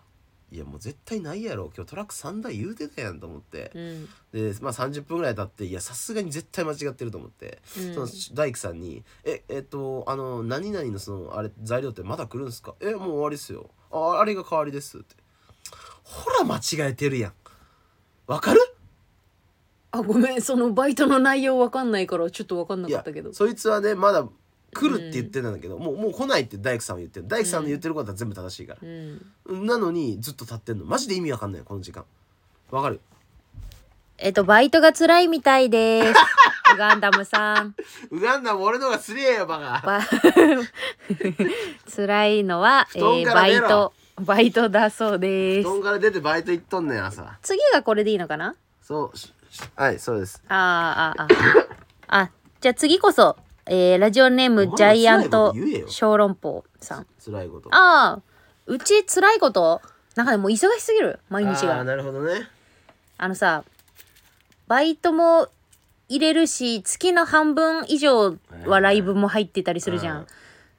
[SPEAKER 2] いやもう絶対ないやろ今日トラック3台言うてたやん」と思って
[SPEAKER 1] うん
[SPEAKER 2] で、まあ、30分ぐらい経っていやさすがに絶対間違ってると思って、
[SPEAKER 1] うん
[SPEAKER 2] その大工さんに「ええっとあの何々のそのあれ材料ってまだ来るんすかえもう終わりっすよああれが代わりです」ってほら間違えてるやんわかる
[SPEAKER 1] あごめんそのバイトの内容わかんないからちょっとわかんないか
[SPEAKER 2] や
[SPEAKER 1] ったけど
[SPEAKER 2] そいつはねまだ来るって言ってたんだけど、もうもう来ないって大工さんは言ってる大工さんの言ってることは全部正しいから
[SPEAKER 1] う、ん
[SPEAKER 2] なのにずっと立ってんのマジで意味わかんないよこの時間わかる
[SPEAKER 1] えっとバイトが辛いみたい ですウガンダムさん
[SPEAKER 2] ウガンダも俺のがすりえよバカ
[SPEAKER 1] ば 辛いのは、え
[SPEAKER 2] 布団
[SPEAKER 1] ー
[SPEAKER 2] から
[SPEAKER 1] バイ
[SPEAKER 2] 出ろ
[SPEAKER 1] トバイトだそうで
[SPEAKER 2] 布
[SPEAKER 1] す
[SPEAKER 2] 団から出てバイト行っとんねん朝
[SPEAKER 1] 次がこれでいいのかな
[SPEAKER 2] そうししはいそうです
[SPEAKER 1] あーあーあー あじゃあ次こそ、えーラジオネーム
[SPEAKER 2] お
[SPEAKER 1] ジャ
[SPEAKER 2] 前
[SPEAKER 1] イアント
[SPEAKER 2] 辛いこと言えよ
[SPEAKER 1] 小籠包さん
[SPEAKER 2] 辛いこと
[SPEAKER 1] ああうち辛いことなんかねもう忙しすぎる毎日
[SPEAKER 2] あー
[SPEAKER 1] が
[SPEAKER 2] なるほどね
[SPEAKER 1] あのさバイトも入れるし月の半分以上はライブも入ってたりするじゃん、
[SPEAKER 2] うん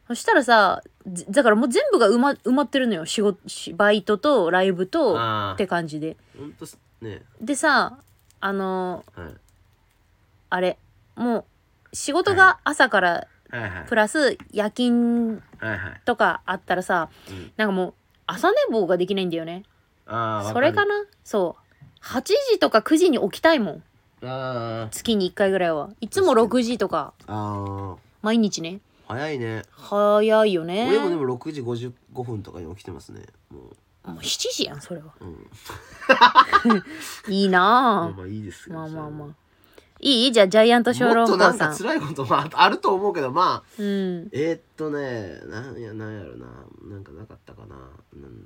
[SPEAKER 1] そしたらさぜだからもう全部が埋ま埋まってるのよ仕事しバイトとライブと
[SPEAKER 2] あー
[SPEAKER 1] って感じで
[SPEAKER 2] ほんとすね
[SPEAKER 1] でさあの
[SPEAKER 2] はい
[SPEAKER 1] あれもう仕事が朝から
[SPEAKER 2] はいはい
[SPEAKER 1] プラス夜勤
[SPEAKER 2] はいはい
[SPEAKER 1] とかあったらさ、
[SPEAKER 2] うん
[SPEAKER 1] なんかもう朝寝坊ができないんだよね
[SPEAKER 2] ああ
[SPEAKER 1] それかなそう8時とか9時に起きたいもん
[SPEAKER 2] あー
[SPEAKER 1] 月に1回ぐらいはいつも
[SPEAKER 2] 確か
[SPEAKER 1] 6時とか
[SPEAKER 2] あー
[SPEAKER 1] 毎日ね
[SPEAKER 2] 早いね
[SPEAKER 1] 早いよね
[SPEAKER 2] 俺もでも6時55分とかに起きてますねもう
[SPEAKER 1] もう7時やんそれは
[SPEAKER 2] うん
[SPEAKER 1] いいな
[SPEAKER 2] まあいいです
[SPEAKER 1] あ
[SPEAKER 2] よ
[SPEAKER 1] まあまあま
[SPEAKER 2] も
[SPEAKER 1] あいいじゃあジャイアント小
[SPEAKER 2] っ
[SPEAKER 1] 籠
[SPEAKER 2] とな
[SPEAKER 1] 包
[SPEAKER 2] ん
[SPEAKER 1] さ
[SPEAKER 2] か
[SPEAKER 1] ん
[SPEAKER 2] 辛いこともああると思うけどまあ
[SPEAKER 1] うん
[SPEAKER 2] えー、っとねなんやなんやろななんかなかったかなうん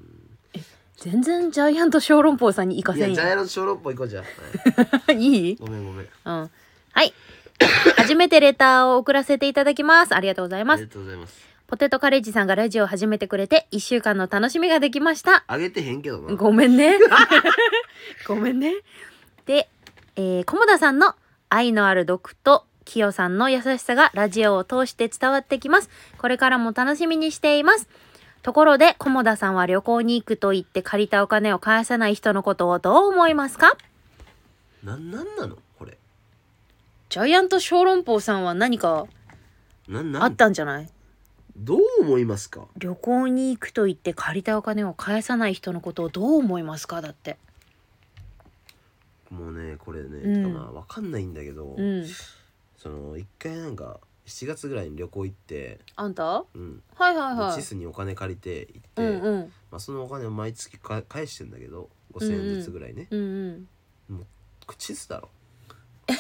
[SPEAKER 1] 全然ジャイアント小籠包さんに行か
[SPEAKER 2] い
[SPEAKER 1] せ
[SPEAKER 2] や
[SPEAKER 1] ん
[SPEAKER 2] ジャイ
[SPEAKER 1] や
[SPEAKER 2] アント小籠包行こうじゃん、はい
[SPEAKER 1] ん いい
[SPEAKER 2] ごめんごめん
[SPEAKER 1] うんはい 初めてレターを送らせていただきますありがとうござい
[SPEAKER 2] あ
[SPEAKER 1] ま
[SPEAKER 2] り
[SPEAKER 1] す
[SPEAKER 2] がとうございます
[SPEAKER 1] ポテトカレッジさんがラジオを始めてくれて1週間の楽しみができました
[SPEAKER 2] あげてへんけどな
[SPEAKER 1] ごめんね。 ごめんね。で、えー、菰田さんの愛のある毒と、きよさんの優しさがラジオを通して伝わってきます。これからも楽しみにしています。ところで、菰田さんは旅行に行くと言って借りたお金を返さない人のことをどう思いますか
[SPEAKER 2] なんなんなのこれ
[SPEAKER 1] ジャイアント小籠包さんは何か
[SPEAKER 2] なん
[SPEAKER 1] あ
[SPEAKER 2] な
[SPEAKER 1] っ
[SPEAKER 2] ん
[SPEAKER 1] たんじゃない
[SPEAKER 2] どう思いますか
[SPEAKER 1] 旅行に行くと言って借りたお金を返さない人のことをどう思いますかだって。
[SPEAKER 2] もうねこれね、
[SPEAKER 1] うん
[SPEAKER 2] まあわかんないんだけど、
[SPEAKER 1] うん。
[SPEAKER 2] その一回なんか7月ぐらいに旅行行って、
[SPEAKER 1] あんたは
[SPEAKER 2] うん、
[SPEAKER 1] いはいは
[SPEAKER 2] チ
[SPEAKER 1] い。
[SPEAKER 2] スにお金借りて行って、
[SPEAKER 1] うんうん。
[SPEAKER 2] まあ、そのお金を毎月か返してんだけど5,000円ずつぐらいね、
[SPEAKER 1] うんうん。
[SPEAKER 2] チスだろ
[SPEAKER 1] ジ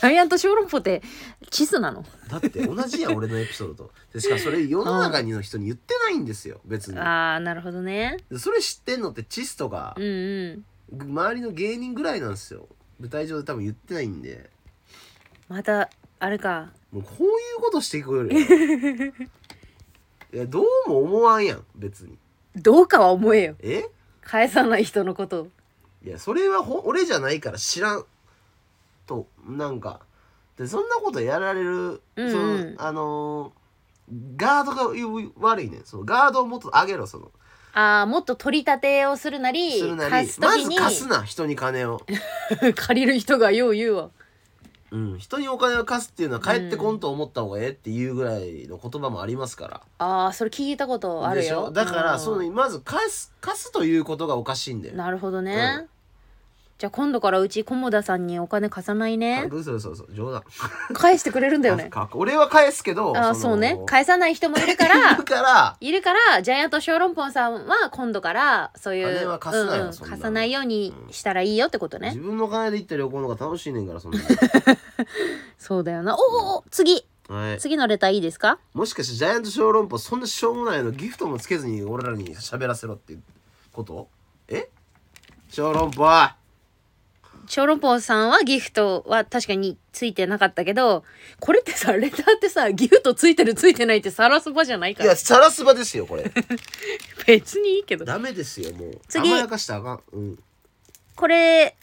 [SPEAKER 1] ャイアント小籠包って地図なの
[SPEAKER 2] だって同じやん俺のエピソード とでしかもそれ世の中にの人に言ってないんですよ別に
[SPEAKER 1] ああなるほどね
[SPEAKER 2] でそれ知ってんのってチスとか
[SPEAKER 1] うんうん
[SPEAKER 2] 周りの芸人ぐらいなんですよ舞台上で多分言ってないんで
[SPEAKER 1] またあれか
[SPEAKER 2] もうこういうことしていくよりい やどうも思わんやん別に
[SPEAKER 1] どうかは思えよ
[SPEAKER 2] え
[SPEAKER 1] 返さない人のこと
[SPEAKER 2] いやそれはほ俺じゃないから知らんとなんかでそんなことやられる、
[SPEAKER 1] うんうん
[SPEAKER 2] そのあのーガードがう悪いねんそのガードをもっと上げろその
[SPEAKER 1] ああもっと取り立てをするなり
[SPEAKER 2] するなり
[SPEAKER 1] 貸す
[SPEAKER 2] ま
[SPEAKER 1] 時
[SPEAKER 2] ず
[SPEAKER 1] に、
[SPEAKER 2] 貸すな人に金を、
[SPEAKER 1] 借りる人がよう言うわ
[SPEAKER 2] うん、人にお金を貸すっていうのは帰ってこんと思った方がええっていうぐらいの言葉もありますから、
[SPEAKER 1] ああそれ聞いたことある
[SPEAKER 2] でし
[SPEAKER 1] よ
[SPEAKER 2] ょだからそ
[SPEAKER 1] うん
[SPEAKER 2] のまず貸す貸すということがおかしいんだよ
[SPEAKER 1] なるほどね、
[SPEAKER 2] うん
[SPEAKER 1] じゃあ今度からうち菰田さんにお金貸さないね
[SPEAKER 2] そうそうそう冗談
[SPEAKER 1] 返してくれるんだよね
[SPEAKER 2] かか俺は返すけど
[SPEAKER 1] ああ
[SPEAKER 2] の
[SPEAKER 1] そうね返さない人もいるから
[SPEAKER 2] だから
[SPEAKER 1] いるからジャイアント小籠包さんは今度からそうい
[SPEAKER 2] 金
[SPEAKER 1] う
[SPEAKER 2] は貸すなよ
[SPEAKER 1] うんうん
[SPEAKER 2] そんなの
[SPEAKER 1] 貸さないようにしたらいいよってことね、
[SPEAKER 2] 自分の金で行った旅行の方が楽しいねんからそんな
[SPEAKER 1] そうだよなおーおー次
[SPEAKER 2] はい
[SPEAKER 1] 次のレターいいですか
[SPEAKER 2] もしかしてジャイアント小籠包そんなしょうもないのギフトもつけずに俺らに喋らせろってことえ小籠包
[SPEAKER 1] 小籠包さんはギフトは確かについてなかったけどこれってさレターってさギフトついてるついてないってさらす場じゃないか
[SPEAKER 2] い や
[SPEAKER 1] ら
[SPEAKER 2] サラスバですよこれ
[SPEAKER 1] 別にいいけど
[SPEAKER 2] ダメですよもう
[SPEAKER 1] 次
[SPEAKER 2] 甘やかしたらあかんうん
[SPEAKER 1] これ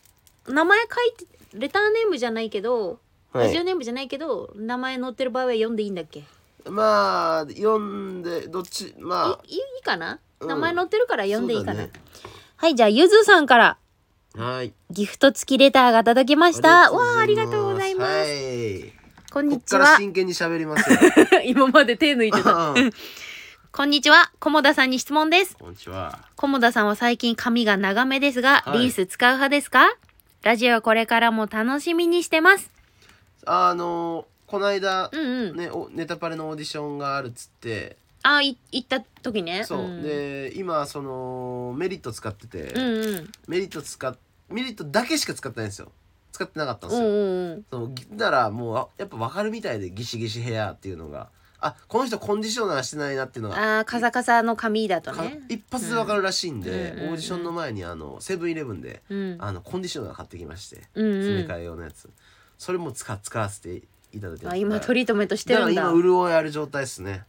[SPEAKER 1] 名前書いてレターネームじゃないけど、
[SPEAKER 2] は
[SPEAKER 1] ラジオ
[SPEAKER 2] い
[SPEAKER 1] ネームじゃないけど名前載ってる場合は読んでいいんだっけい
[SPEAKER 2] まあ読んでどっちま
[SPEAKER 1] いいかな、
[SPEAKER 2] うん
[SPEAKER 1] 名前載ってるから
[SPEAKER 2] あ
[SPEAKER 1] 読んでいいか
[SPEAKER 2] そ
[SPEAKER 1] な、
[SPEAKER 2] う
[SPEAKER 1] はいじゃあゆずさんから
[SPEAKER 2] だねはい
[SPEAKER 1] ギフト付きレターが届きました。わあ、ありがとうございます。
[SPEAKER 2] はい
[SPEAKER 1] こん
[SPEAKER 2] こ
[SPEAKER 1] に
[SPEAKER 2] っ
[SPEAKER 1] ち
[SPEAKER 2] から
[SPEAKER 1] は。
[SPEAKER 2] 真剣に喋りますよ
[SPEAKER 1] 今まで手抜いてた。
[SPEAKER 2] うん
[SPEAKER 1] こんにちは。菰田さんに質問です。
[SPEAKER 2] こんにちは
[SPEAKER 1] 菰田さんは最近髪が長めですが、
[SPEAKER 2] はい
[SPEAKER 1] リース使う派ですかラジオはこれからも楽しみにしてます。
[SPEAKER 2] あのこないだ
[SPEAKER 1] うんうん。
[SPEAKER 2] ね、おネタパレのオーディションがあるっつって
[SPEAKER 1] あ、い行った時ね。
[SPEAKER 2] そう、
[SPEAKER 1] ん、
[SPEAKER 2] で今そのメリット使ってて、
[SPEAKER 1] うんうん。
[SPEAKER 2] メリット使っメリットだけしか使ってないんですよ使ってなかったんで
[SPEAKER 1] う
[SPEAKER 2] す
[SPEAKER 1] ん
[SPEAKER 2] よ、
[SPEAKER 1] うんうん。
[SPEAKER 2] そのぎならもうあやっぱ分かるみたいでギシギシヘアっていうのがあこの人コンディショナーしてないなっていうのが
[SPEAKER 1] あー、カサカサの髪だと
[SPEAKER 2] か
[SPEAKER 1] ね。
[SPEAKER 2] 一発で分かるらしいんで、
[SPEAKER 1] うんうんうんうん
[SPEAKER 2] オーディションの前にあのセブンイレブンで
[SPEAKER 1] うん。
[SPEAKER 2] あのコンディショナー買ってきまして
[SPEAKER 1] うんう
[SPEAKER 2] 詰め
[SPEAKER 1] ん。
[SPEAKER 2] 替え用のやつ、それも使使わせていただいてます
[SPEAKER 1] あ、今ト
[SPEAKER 2] り
[SPEAKER 1] リートメントして
[SPEAKER 2] だか
[SPEAKER 1] る
[SPEAKER 2] ら
[SPEAKER 1] んだ
[SPEAKER 2] 今。潤いある状態ですね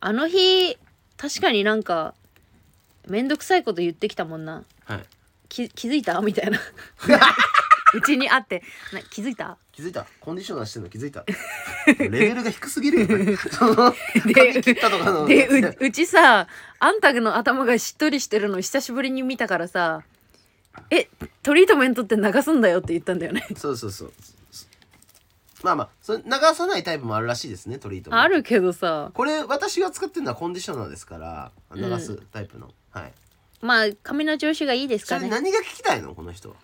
[SPEAKER 1] あの日、確かになんか、めんどくさいこと言ってきたもんな。
[SPEAKER 2] はい
[SPEAKER 1] き気づいた みたいなうちに会ってな気づいた
[SPEAKER 2] 気づいたコンディショナーしてんの気づいたレベルが低すぎるよねその髪切ったとかの
[SPEAKER 1] でううちさあんたの頭がしっとりしてるの久しぶりに見たからさ「えトリートメントって流すんだよ」って言ったんだよね
[SPEAKER 2] そうそうそうまあまあそれ流さないタイプもあるらしいですねトリートメント
[SPEAKER 1] あるけどさ
[SPEAKER 2] これ私が使ってるのはコンディショナーですから流すタイプの、はい
[SPEAKER 1] まあ髪の調子がいいです
[SPEAKER 2] そ
[SPEAKER 1] か
[SPEAKER 2] れ
[SPEAKER 1] ね
[SPEAKER 2] 何が聞きたいのこの人は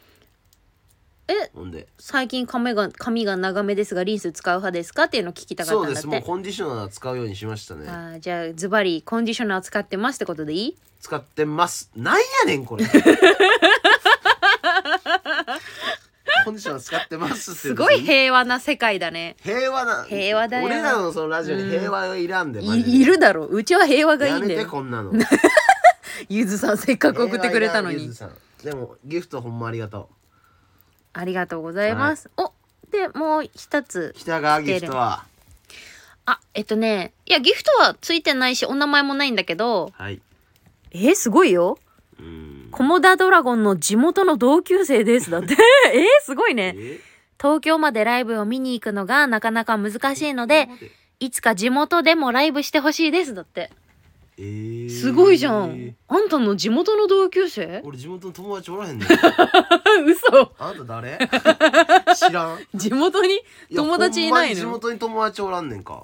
[SPEAKER 1] え
[SPEAKER 2] ほんで
[SPEAKER 1] 最近髪が髪が長めですがリンス使う派ですかっていうのを聞きたかっ
[SPEAKER 2] そう
[SPEAKER 1] たん
[SPEAKER 2] で
[SPEAKER 1] だっ
[SPEAKER 2] すもう
[SPEAKER 1] て
[SPEAKER 2] コンディショナー使うようにしましたね
[SPEAKER 1] あーじゃあズバリコンディショナー使ってますってことでいい
[SPEAKER 2] 使ってますなんやねんこ れコンディショナー使ってますって
[SPEAKER 1] す
[SPEAKER 2] 言
[SPEAKER 1] ごい平和な世界だね
[SPEAKER 2] 平和な
[SPEAKER 1] 平和だよ
[SPEAKER 2] 俺らのそのラジオに平和はいらんで、マジで
[SPEAKER 1] いいるだろううちは平和がいい
[SPEAKER 2] や
[SPEAKER 1] んだ
[SPEAKER 2] めて
[SPEAKER 1] よ
[SPEAKER 2] こんなの
[SPEAKER 1] ゆずさんせっかく送ってくれたの
[SPEAKER 2] 平和いらんゆ
[SPEAKER 1] に
[SPEAKER 2] ずさんでもギフトほんまありがと
[SPEAKER 1] ありがとうございます、おでもう一つ
[SPEAKER 2] う北川ギフトは
[SPEAKER 1] あえっとねいやギフトはついてないしお名前もないんだけど
[SPEAKER 2] はい
[SPEAKER 1] えー、すごいよ
[SPEAKER 2] うん
[SPEAKER 1] コモダドラゴンの地元の同級生です だってえー、すごいね
[SPEAKER 2] え
[SPEAKER 1] 東京までライブを見に行くのがなかなか難しいので、いつか地元でもライブしてほしいです。だって。
[SPEAKER 2] えー
[SPEAKER 1] すごいじゃん。あんたの地元の同級生
[SPEAKER 2] 俺地元の友達おらへん ねん
[SPEAKER 1] 嘘。
[SPEAKER 2] あんた誰知らん
[SPEAKER 1] 地元に
[SPEAKER 2] や
[SPEAKER 1] 友達いない
[SPEAKER 2] ほんまに地
[SPEAKER 1] の
[SPEAKER 2] 元に友達おらんねんか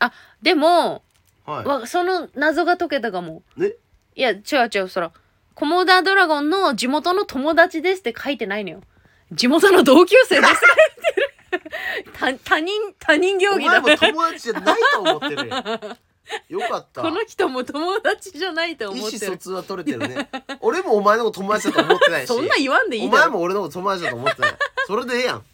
[SPEAKER 1] あ、でも、
[SPEAKER 2] はい
[SPEAKER 1] わその謎が解けたかも。
[SPEAKER 2] え
[SPEAKER 1] いや、違う違う、そら。コモダドラゴンの地元の友達ですって書いてないのよ。地元の同級生ですって書いて る。他他人、他人行
[SPEAKER 2] お
[SPEAKER 1] 儀
[SPEAKER 2] 前
[SPEAKER 1] だ。
[SPEAKER 2] も友達じゃないと思っ てるやんよかった
[SPEAKER 1] この人も友達じゃないと
[SPEAKER 2] 意
[SPEAKER 1] 思っ
[SPEAKER 2] 思
[SPEAKER 1] て
[SPEAKER 2] 疎
[SPEAKER 1] る。
[SPEAKER 2] 通は取れてるね俺もお前のこと友達だと思ってないし
[SPEAKER 1] そんな言わんでいい
[SPEAKER 2] お
[SPEAKER 1] だろ
[SPEAKER 2] 前も俺のこと友達だと思ってないそれでええやん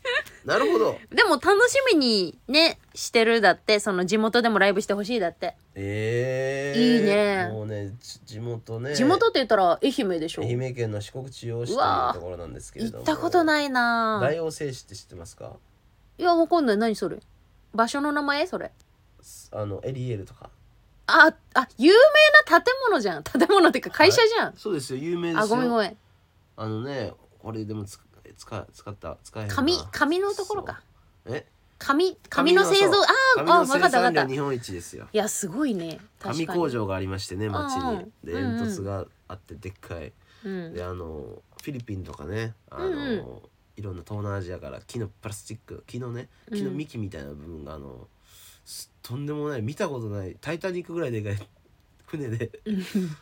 [SPEAKER 2] なるほど
[SPEAKER 1] でも楽しみにねしてるだってその地元でもライブしてほしいだって、
[SPEAKER 2] え
[SPEAKER 1] いいね
[SPEAKER 2] もうねじ地元ね
[SPEAKER 1] 地元って言ったら愛媛でしょ
[SPEAKER 2] 愛
[SPEAKER 1] 行
[SPEAKER 2] 媛県の四国中央市という
[SPEAKER 1] うわー
[SPEAKER 2] ところなんですけれども
[SPEAKER 1] ったことないなぁ
[SPEAKER 2] 大王製紙って知ってますか
[SPEAKER 1] いやわかんない何それ場所の名前それ
[SPEAKER 2] あのエリエールとか
[SPEAKER 1] ああ有名な建物じゃん 建物っていうか会社じゃん、
[SPEAKER 2] そうですよ有名ですよ
[SPEAKER 1] あごめんごめん
[SPEAKER 2] あのねこれでもつ使使った使えへんな
[SPEAKER 1] 紙紙のところか
[SPEAKER 2] そうえ
[SPEAKER 1] 紙紙の製
[SPEAKER 2] そ
[SPEAKER 1] 造
[SPEAKER 2] う
[SPEAKER 1] あー
[SPEAKER 2] 紙
[SPEAKER 1] あ
[SPEAKER 2] の
[SPEAKER 1] わ
[SPEAKER 2] 生
[SPEAKER 1] かったわ
[SPEAKER 2] 産
[SPEAKER 1] か
[SPEAKER 2] 量
[SPEAKER 1] ったい
[SPEAKER 2] 日本一ですよ
[SPEAKER 1] やすごいね確か
[SPEAKER 2] 紙
[SPEAKER 1] に
[SPEAKER 2] 工場がありましてね町
[SPEAKER 1] うんう
[SPEAKER 2] に
[SPEAKER 1] ん
[SPEAKER 2] で
[SPEAKER 1] うんうん
[SPEAKER 2] 煙突があってでっかい
[SPEAKER 1] うん
[SPEAKER 2] であのフィリピンとかねあの、
[SPEAKER 1] うんうん
[SPEAKER 2] いろんな東南アジアから木のプラスチック木のね
[SPEAKER 1] うん
[SPEAKER 2] 木の幹みたいな部分があの、すとんでもない見たことない「タイタニック」ぐらいでかい 船で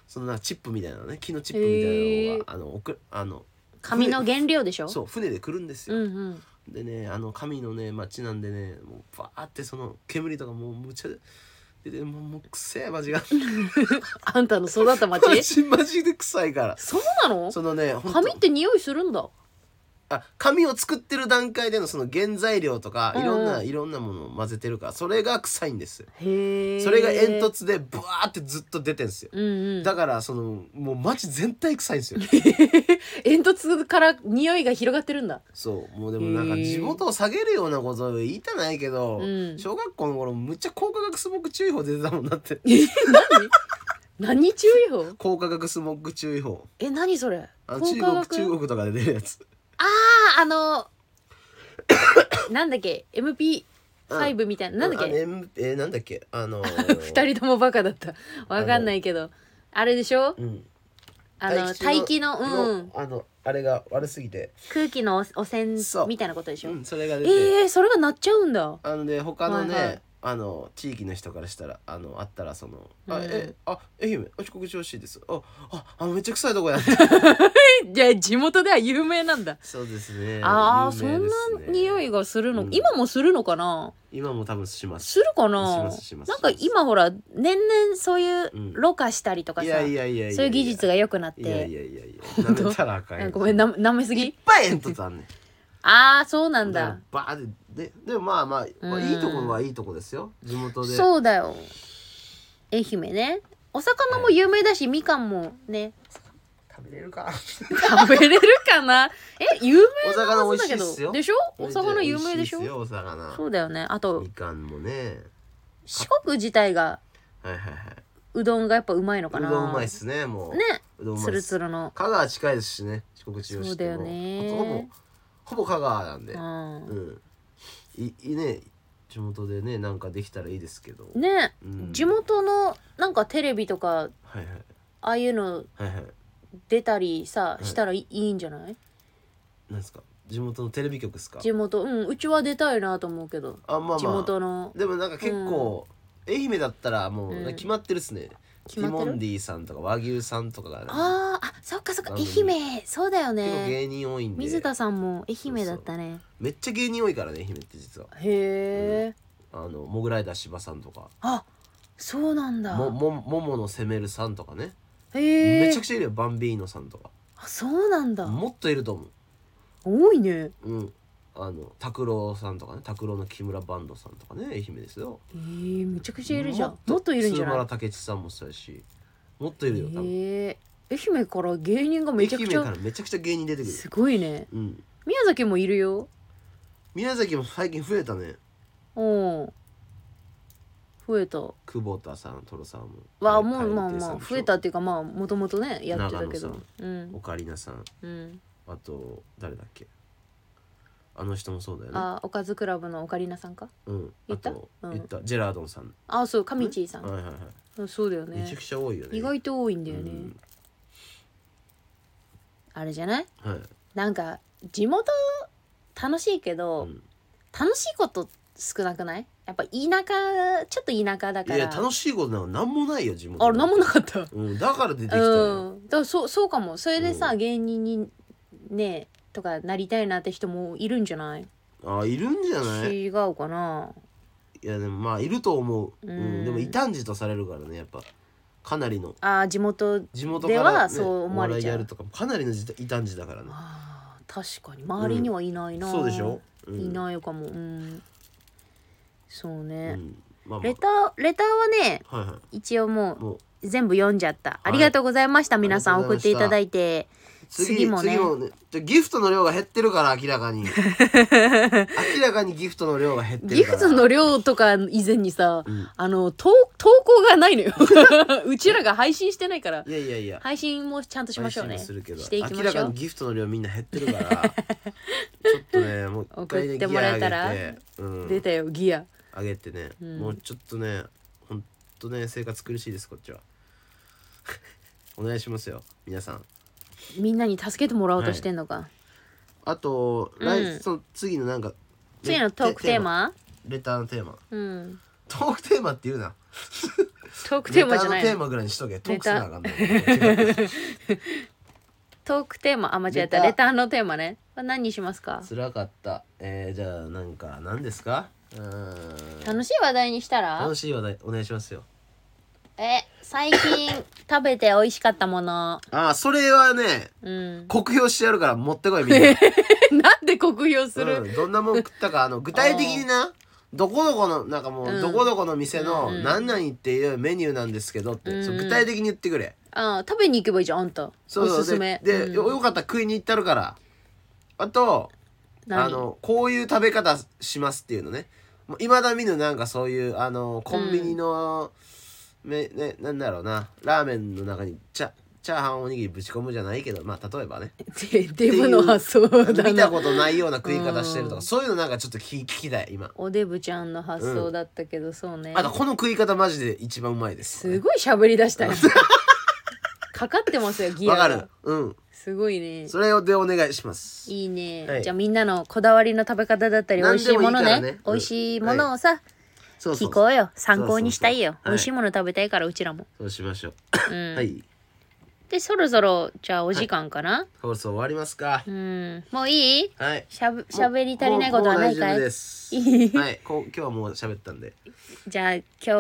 [SPEAKER 2] そのなんかチップみたいなね木のチップみたいなのが、あのおくあの
[SPEAKER 1] 紙の原料でしょ
[SPEAKER 2] そう船で来るんです
[SPEAKER 1] う
[SPEAKER 2] よ。
[SPEAKER 1] んうん
[SPEAKER 2] でねあの神のね町なんでねもうバーってその煙とかもうむちゃ出てもうもうくせえマジが
[SPEAKER 1] あんたの育った
[SPEAKER 2] マ
[SPEAKER 1] 町
[SPEAKER 2] ジマジで臭いから
[SPEAKER 1] そうなの
[SPEAKER 2] そのねほんと
[SPEAKER 1] 紙って匂いするんだ
[SPEAKER 2] あ紙を作ってる段階でのその原材料とか
[SPEAKER 1] うん
[SPEAKER 2] い
[SPEAKER 1] うん
[SPEAKER 2] ろんな、いろんなものを混ぜてるからそれが臭いんですよ
[SPEAKER 1] へえ
[SPEAKER 2] それが煙突でブワーってずっと出てんすよ
[SPEAKER 1] うんうん
[SPEAKER 2] だからそのもう街全体臭いん ですよ
[SPEAKER 1] 煙突から匂いが広がってるんだ
[SPEAKER 2] そうもうでもなん
[SPEAKER 1] へ
[SPEAKER 2] か
[SPEAKER 1] ー
[SPEAKER 2] 地元を下げるようなことを言いたないけど、
[SPEAKER 1] うん
[SPEAKER 2] 小学校の頃むっちゃ高化学スモッグ注意報出てたもんだって
[SPEAKER 1] 何注意報
[SPEAKER 2] 高化学スモッグ注意報
[SPEAKER 1] え何それ
[SPEAKER 2] あの
[SPEAKER 1] 高
[SPEAKER 2] 中
[SPEAKER 1] 化
[SPEAKER 2] 国
[SPEAKER 1] 学
[SPEAKER 2] 中国とかで出るやつ
[SPEAKER 1] あああのなんだっけ MP5 みたいななんだっ
[SPEAKER 2] あの
[SPEAKER 1] け
[SPEAKER 2] M- えーなんだっけあの
[SPEAKER 1] 二
[SPEAKER 2] 二
[SPEAKER 1] 人ともバカだったわかんないけどあれでしょ
[SPEAKER 2] うん
[SPEAKER 1] あの大気のうん
[SPEAKER 2] あのあれが悪すぎて
[SPEAKER 1] 空気の汚染
[SPEAKER 2] そう
[SPEAKER 1] みたいなことでしょ
[SPEAKER 2] うん それが出て、
[SPEAKER 1] えー、それがなっちゃうんだ
[SPEAKER 2] あのね他のね、
[SPEAKER 1] はいはい
[SPEAKER 2] あの地域の人からしたらあのあったらその「あ
[SPEAKER 1] うん
[SPEAKER 2] えあ愛媛あ四国上市です」あああめっちゃ臭いとこ や」
[SPEAKER 1] えじゃあ地元では有名なんだ
[SPEAKER 2] そうですね
[SPEAKER 1] ああ、
[SPEAKER 2] 有
[SPEAKER 1] そ
[SPEAKER 2] 名
[SPEAKER 1] ん
[SPEAKER 2] で
[SPEAKER 1] な
[SPEAKER 2] すね
[SPEAKER 1] 匂いがするの、
[SPEAKER 2] うん
[SPEAKER 1] 今もするのかな
[SPEAKER 2] 今も多分します
[SPEAKER 1] するか
[SPEAKER 2] し
[SPEAKER 1] な
[SPEAKER 2] ますします
[SPEAKER 1] なんか今ほら年々そういう
[SPEAKER 2] うん
[SPEAKER 1] ろ過したりとかさ、
[SPEAKER 2] いやいやいやいや
[SPEAKER 1] そういう技術
[SPEAKER 2] が
[SPEAKER 1] が良くなって
[SPEAKER 2] いやいやいやいや舐めたらあかん
[SPEAKER 1] な
[SPEAKER 2] よ
[SPEAKER 1] ん かごめんな舐めす
[SPEAKER 2] いっ
[SPEAKER 1] ぎ
[SPEAKER 2] ぱい煙突あんねん
[SPEAKER 1] ああそうなん
[SPEAKER 2] だか
[SPEAKER 1] だ
[SPEAKER 2] らバーってででもまあまあ、まあ
[SPEAKER 1] うん
[SPEAKER 2] いいとこはいいとこですよ地元で
[SPEAKER 1] そうだよ愛媛ねお魚も有名だし、みかんもね
[SPEAKER 2] 食べれるか
[SPEAKER 1] 食べれるか なえ有名なはずだけ
[SPEAKER 2] お魚美味しいっすよ
[SPEAKER 1] どでしょお魚有名でし
[SPEAKER 2] 美味いっす
[SPEAKER 1] ょ
[SPEAKER 2] よお魚
[SPEAKER 1] そうだよねあと
[SPEAKER 2] みかんもね
[SPEAKER 1] 四国自体が
[SPEAKER 2] はいはいはいう
[SPEAKER 1] どんがやっぱうまいのか
[SPEAKER 2] う
[SPEAKER 1] な
[SPEAKER 2] どんうまいっすねもう
[SPEAKER 1] ね
[SPEAKER 2] うどんうま
[SPEAKER 1] つ
[SPEAKER 2] いっ
[SPEAKER 1] る
[SPEAKER 2] す
[SPEAKER 1] つるの
[SPEAKER 2] 香川近いですしね四国中央市っても
[SPEAKER 1] そうだよね
[SPEAKER 2] ほぼほぼ香川なんで
[SPEAKER 1] う
[SPEAKER 2] うんんいいいね地元でねなんかできたらいいですけど、
[SPEAKER 1] ね
[SPEAKER 2] うん
[SPEAKER 1] 地元のなんかテレビとか
[SPEAKER 2] はいはい
[SPEAKER 1] ああいうの
[SPEAKER 2] はいはい
[SPEAKER 1] 出たりさ
[SPEAKER 2] い
[SPEAKER 1] したらいいいんじゃない
[SPEAKER 2] なんですか地元のテレビ局ですか
[SPEAKER 1] 地元うんうちは出たいなと思うけど
[SPEAKER 2] あまあ
[SPEAKER 1] 地
[SPEAKER 2] まあ
[SPEAKER 1] 元の
[SPEAKER 2] でもなんか結構、愛媛だったらもう
[SPEAKER 1] うん
[SPEAKER 2] 決まってるっすね、
[SPEAKER 1] 決
[SPEAKER 2] テ
[SPEAKER 1] ま
[SPEAKER 2] ィ
[SPEAKER 1] ってる
[SPEAKER 2] モンディさんとか和牛さんとかがね
[SPEAKER 1] あーあそっかそっか
[SPEAKER 2] 番
[SPEAKER 1] 愛
[SPEAKER 2] 組
[SPEAKER 1] 媛そうだよ
[SPEAKER 2] 結構
[SPEAKER 1] ね
[SPEAKER 2] 芸人多いんで
[SPEAKER 1] 水田さんも愛媛だったね
[SPEAKER 2] めっちゃ芸人多いからね愛媛って実は
[SPEAKER 1] へえ
[SPEAKER 2] あのモグライダー芝さんとか
[SPEAKER 1] あそうなんだ
[SPEAKER 2] ももももの攻めるさんとかね
[SPEAKER 1] へ
[SPEAKER 2] め
[SPEAKER 1] え
[SPEAKER 2] ちゃくちゃいるよバンビーノさんとか
[SPEAKER 1] あそうなんだ
[SPEAKER 2] もっといると思
[SPEAKER 1] 多いね
[SPEAKER 2] ううんあの拓郎さんとかね拓郎の木村バンドさんとかね愛媛ですよ
[SPEAKER 1] えー、めちゃくちゃいるじゃんもっといるんじゃ
[SPEAKER 2] 鶴
[SPEAKER 1] ない
[SPEAKER 2] 丸武智さんもそうやしもっといるよ多分
[SPEAKER 1] えー、愛媛から芸人がめちゃくち
[SPEAKER 2] 愛媛か
[SPEAKER 1] ゃ
[SPEAKER 2] らめちゃくちゃ芸人出てくる
[SPEAKER 1] すごいね
[SPEAKER 2] うん
[SPEAKER 1] 宮崎もいるよ
[SPEAKER 2] 宮崎も最近増えたね
[SPEAKER 1] うん増えたわ
[SPEAKER 2] 久保田さんトロさんも
[SPEAKER 1] あ
[SPEAKER 2] カ
[SPEAKER 1] も
[SPEAKER 2] エ
[SPEAKER 1] う
[SPEAKER 2] ル亭
[SPEAKER 1] まあ
[SPEAKER 2] さ
[SPEAKER 1] ま
[SPEAKER 2] ん
[SPEAKER 1] あ
[SPEAKER 2] でしょ
[SPEAKER 1] 増えたっていうかまあもともとねやってたけど
[SPEAKER 2] 長野さ
[SPEAKER 1] う
[SPEAKER 2] オ
[SPEAKER 1] ん
[SPEAKER 2] カリナさん
[SPEAKER 1] うん
[SPEAKER 2] あと誰だっけあの人もそうだよね
[SPEAKER 1] あおかずクラブのオカリナさんか
[SPEAKER 2] うん
[SPEAKER 1] 言った
[SPEAKER 2] あと
[SPEAKER 1] うん
[SPEAKER 2] 言ったジェラードンさん
[SPEAKER 1] あそうかみちーさん、
[SPEAKER 2] はいはいはい
[SPEAKER 1] うんそうだよ
[SPEAKER 2] めち
[SPEAKER 1] ね
[SPEAKER 2] ゃくちゃ多いよね
[SPEAKER 1] 意外と多いんだよ
[SPEAKER 2] う
[SPEAKER 1] ね、
[SPEAKER 2] ん
[SPEAKER 1] あれじゃない
[SPEAKER 2] はい
[SPEAKER 1] なんか地元楽しいけど、
[SPEAKER 2] うん
[SPEAKER 1] 楽しいこと少なくないやっぱ田舎ちょっと田舎だ
[SPEAKER 2] い
[SPEAKER 1] から
[SPEAKER 2] や楽しいことなんか何もないよ地元
[SPEAKER 1] あれ何もなかった
[SPEAKER 2] うんだから出てきた
[SPEAKER 1] う
[SPEAKER 2] よ
[SPEAKER 1] んだからそうそうかもそれでさ、
[SPEAKER 2] う
[SPEAKER 1] 芸人にねとかなりたいなって人もいるんじゃない
[SPEAKER 2] あいるんじゃない
[SPEAKER 1] 違うかない
[SPEAKER 2] やでもまあいると思うう
[SPEAKER 1] うん
[SPEAKER 2] んでも異端児とされるからねやっぱかなりの
[SPEAKER 1] あー地元
[SPEAKER 2] 地元か
[SPEAKER 1] で
[SPEAKER 2] ら
[SPEAKER 1] は
[SPEAKER 2] ね
[SPEAKER 1] そう思われちゃう
[SPEAKER 2] お笑いやるとかかなりの異端児だからね
[SPEAKER 1] あー確かに周りにはいないな、
[SPEAKER 2] そうでしょうん
[SPEAKER 1] いないかもうんそう
[SPEAKER 2] う
[SPEAKER 1] ね、
[SPEAKER 2] んまあま
[SPEAKER 1] レターレターはね
[SPEAKER 2] あはいは
[SPEAKER 1] 一応も
[SPEAKER 2] いもう
[SPEAKER 1] う全部読んじゃった、
[SPEAKER 2] い
[SPEAKER 1] ありがとうございました皆さ
[SPEAKER 2] あ
[SPEAKER 1] ん
[SPEAKER 2] りがと
[SPEAKER 1] 送
[SPEAKER 2] うござ
[SPEAKER 1] っ
[SPEAKER 2] いました
[SPEAKER 1] ていただいて次
[SPEAKER 2] 次
[SPEAKER 1] も
[SPEAKER 2] も
[SPEAKER 1] ね
[SPEAKER 2] ねじゃあギフトの量が減ってるから明ら かに明らかにギフトの量が減って
[SPEAKER 1] ギ
[SPEAKER 2] るから
[SPEAKER 1] フトの量とか以前にさ、
[SPEAKER 2] うん
[SPEAKER 1] あの投投稿がないのよ うちらが配信してないから
[SPEAKER 2] いやいやいや
[SPEAKER 1] 配信もちゃんとしましょうね
[SPEAKER 2] 配信もするけど
[SPEAKER 1] していき
[SPEAKER 2] 明
[SPEAKER 1] ま
[SPEAKER 2] ら
[SPEAKER 1] し
[SPEAKER 2] か
[SPEAKER 1] ょう
[SPEAKER 2] にギフトの量みんな減ってるから ちょっとねもう一回
[SPEAKER 1] 送っ
[SPEAKER 2] ね
[SPEAKER 1] てもらえたら
[SPEAKER 2] ギア上げてうん
[SPEAKER 1] 出たよギア
[SPEAKER 2] 上げてね、
[SPEAKER 1] うん
[SPEAKER 2] もうちょっとねほんとね生活苦しいですこっちは お願いしますよ皆さん
[SPEAKER 1] みんなに助けてもらおうとしてんのか、
[SPEAKER 2] あと
[SPEAKER 1] うん
[SPEAKER 2] 来、その次のなんか
[SPEAKER 1] 次のトークテーマ
[SPEAKER 2] レターのテーマ
[SPEAKER 1] うん
[SPEAKER 2] トークテーマって言うな
[SPEAKER 1] トークテーマじゃな
[SPEAKER 2] レタ
[SPEAKER 1] い
[SPEAKER 2] ーのテーマぐらいにしとけトー
[SPEAKER 1] レ
[SPEAKER 2] クせ
[SPEAKER 1] ター
[SPEAKER 2] なあかん のよ
[SPEAKER 1] トークテーマあ間違えたレ
[SPEAKER 2] レ
[SPEAKER 1] ターのテーマね何にしますか
[SPEAKER 2] 辛かったえー、じゃあなんか何ですかうーん
[SPEAKER 1] 楽しい話題にしたら
[SPEAKER 2] 楽しい話題お願いしますよ
[SPEAKER 1] え最 近食べて美味しかったもの
[SPEAKER 2] ああそれはね
[SPEAKER 1] うん
[SPEAKER 2] 酷評してやるから持ってこいみんな、
[SPEAKER 1] なんで酷評する、
[SPEAKER 2] うん、どんなもん食ったかあの具体的になどこどこのなんかもう、
[SPEAKER 1] うん
[SPEAKER 2] どこどこの店の
[SPEAKER 1] うんうん
[SPEAKER 2] 何々っていうメニューなんですけどって、
[SPEAKER 1] うん
[SPEAKER 2] そう具体的に言ってくれ
[SPEAKER 1] ああ食べに行けばいいじゃんあんた
[SPEAKER 2] そうそう
[SPEAKER 1] おすすめ
[SPEAKER 2] でで、
[SPEAKER 1] うん
[SPEAKER 2] よよかったら食いに行ったるからあと
[SPEAKER 1] 何
[SPEAKER 2] あのこういう食べ方しますっていうのねいまだ見ぬなんかそういうあのコンビニの、めね、なんだろうなラーメンの中にチャチャーハンおにぎりぶち込むじゃないけどまあ例えばね
[SPEAKER 1] デデブの発想だ
[SPEAKER 2] 見 た
[SPEAKER 1] な
[SPEAKER 2] ことないような食い方してるとか、
[SPEAKER 1] うん
[SPEAKER 2] そういうのなんかちょっと聞聞きたい今
[SPEAKER 1] おデブちゃんの発想だったけど、そうね
[SPEAKER 2] あとこの食い方マジで一番うまいです
[SPEAKER 1] すごい喋り出 したよかかってますよギア
[SPEAKER 2] わ
[SPEAKER 1] が
[SPEAKER 2] かるうん
[SPEAKER 1] すごいね
[SPEAKER 2] それでお願いします
[SPEAKER 1] いいね、
[SPEAKER 2] はい
[SPEAKER 1] じゃあみんなのこだわりの食べ方だったり美
[SPEAKER 2] 何
[SPEAKER 1] 味し
[SPEAKER 2] で
[SPEAKER 1] い
[SPEAKER 2] もいい
[SPEAKER 1] ものね
[SPEAKER 2] からね
[SPEAKER 1] 美味しいものをさ、
[SPEAKER 2] そうそう
[SPEAKER 1] 聞こ
[SPEAKER 2] そう
[SPEAKER 1] うよ参考にしたいよ
[SPEAKER 2] そうそうそうはい
[SPEAKER 1] 美味しいもの食べたいからうちらも、
[SPEAKER 2] そうしましょう、
[SPEAKER 1] うん
[SPEAKER 2] はい
[SPEAKER 1] でそろそろじゃあお時間かな、
[SPEAKER 2] 放送終わりますか、
[SPEAKER 1] うんもういい
[SPEAKER 2] はい
[SPEAKER 1] しゃぶしゃべり足りないことはないか
[SPEAKER 2] もうもう大丈夫
[SPEAKER 1] い
[SPEAKER 2] です
[SPEAKER 1] いい
[SPEAKER 2] はいこう今日はもう喋ったんで
[SPEAKER 1] じゃあ今日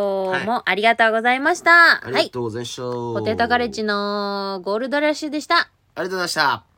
[SPEAKER 1] もありがとうございました、
[SPEAKER 2] あり
[SPEAKER 1] は
[SPEAKER 2] が
[SPEAKER 1] い
[SPEAKER 2] とうございました、
[SPEAKER 1] ポテトカレッジのゴールドラッシュでした
[SPEAKER 2] ありがとうございました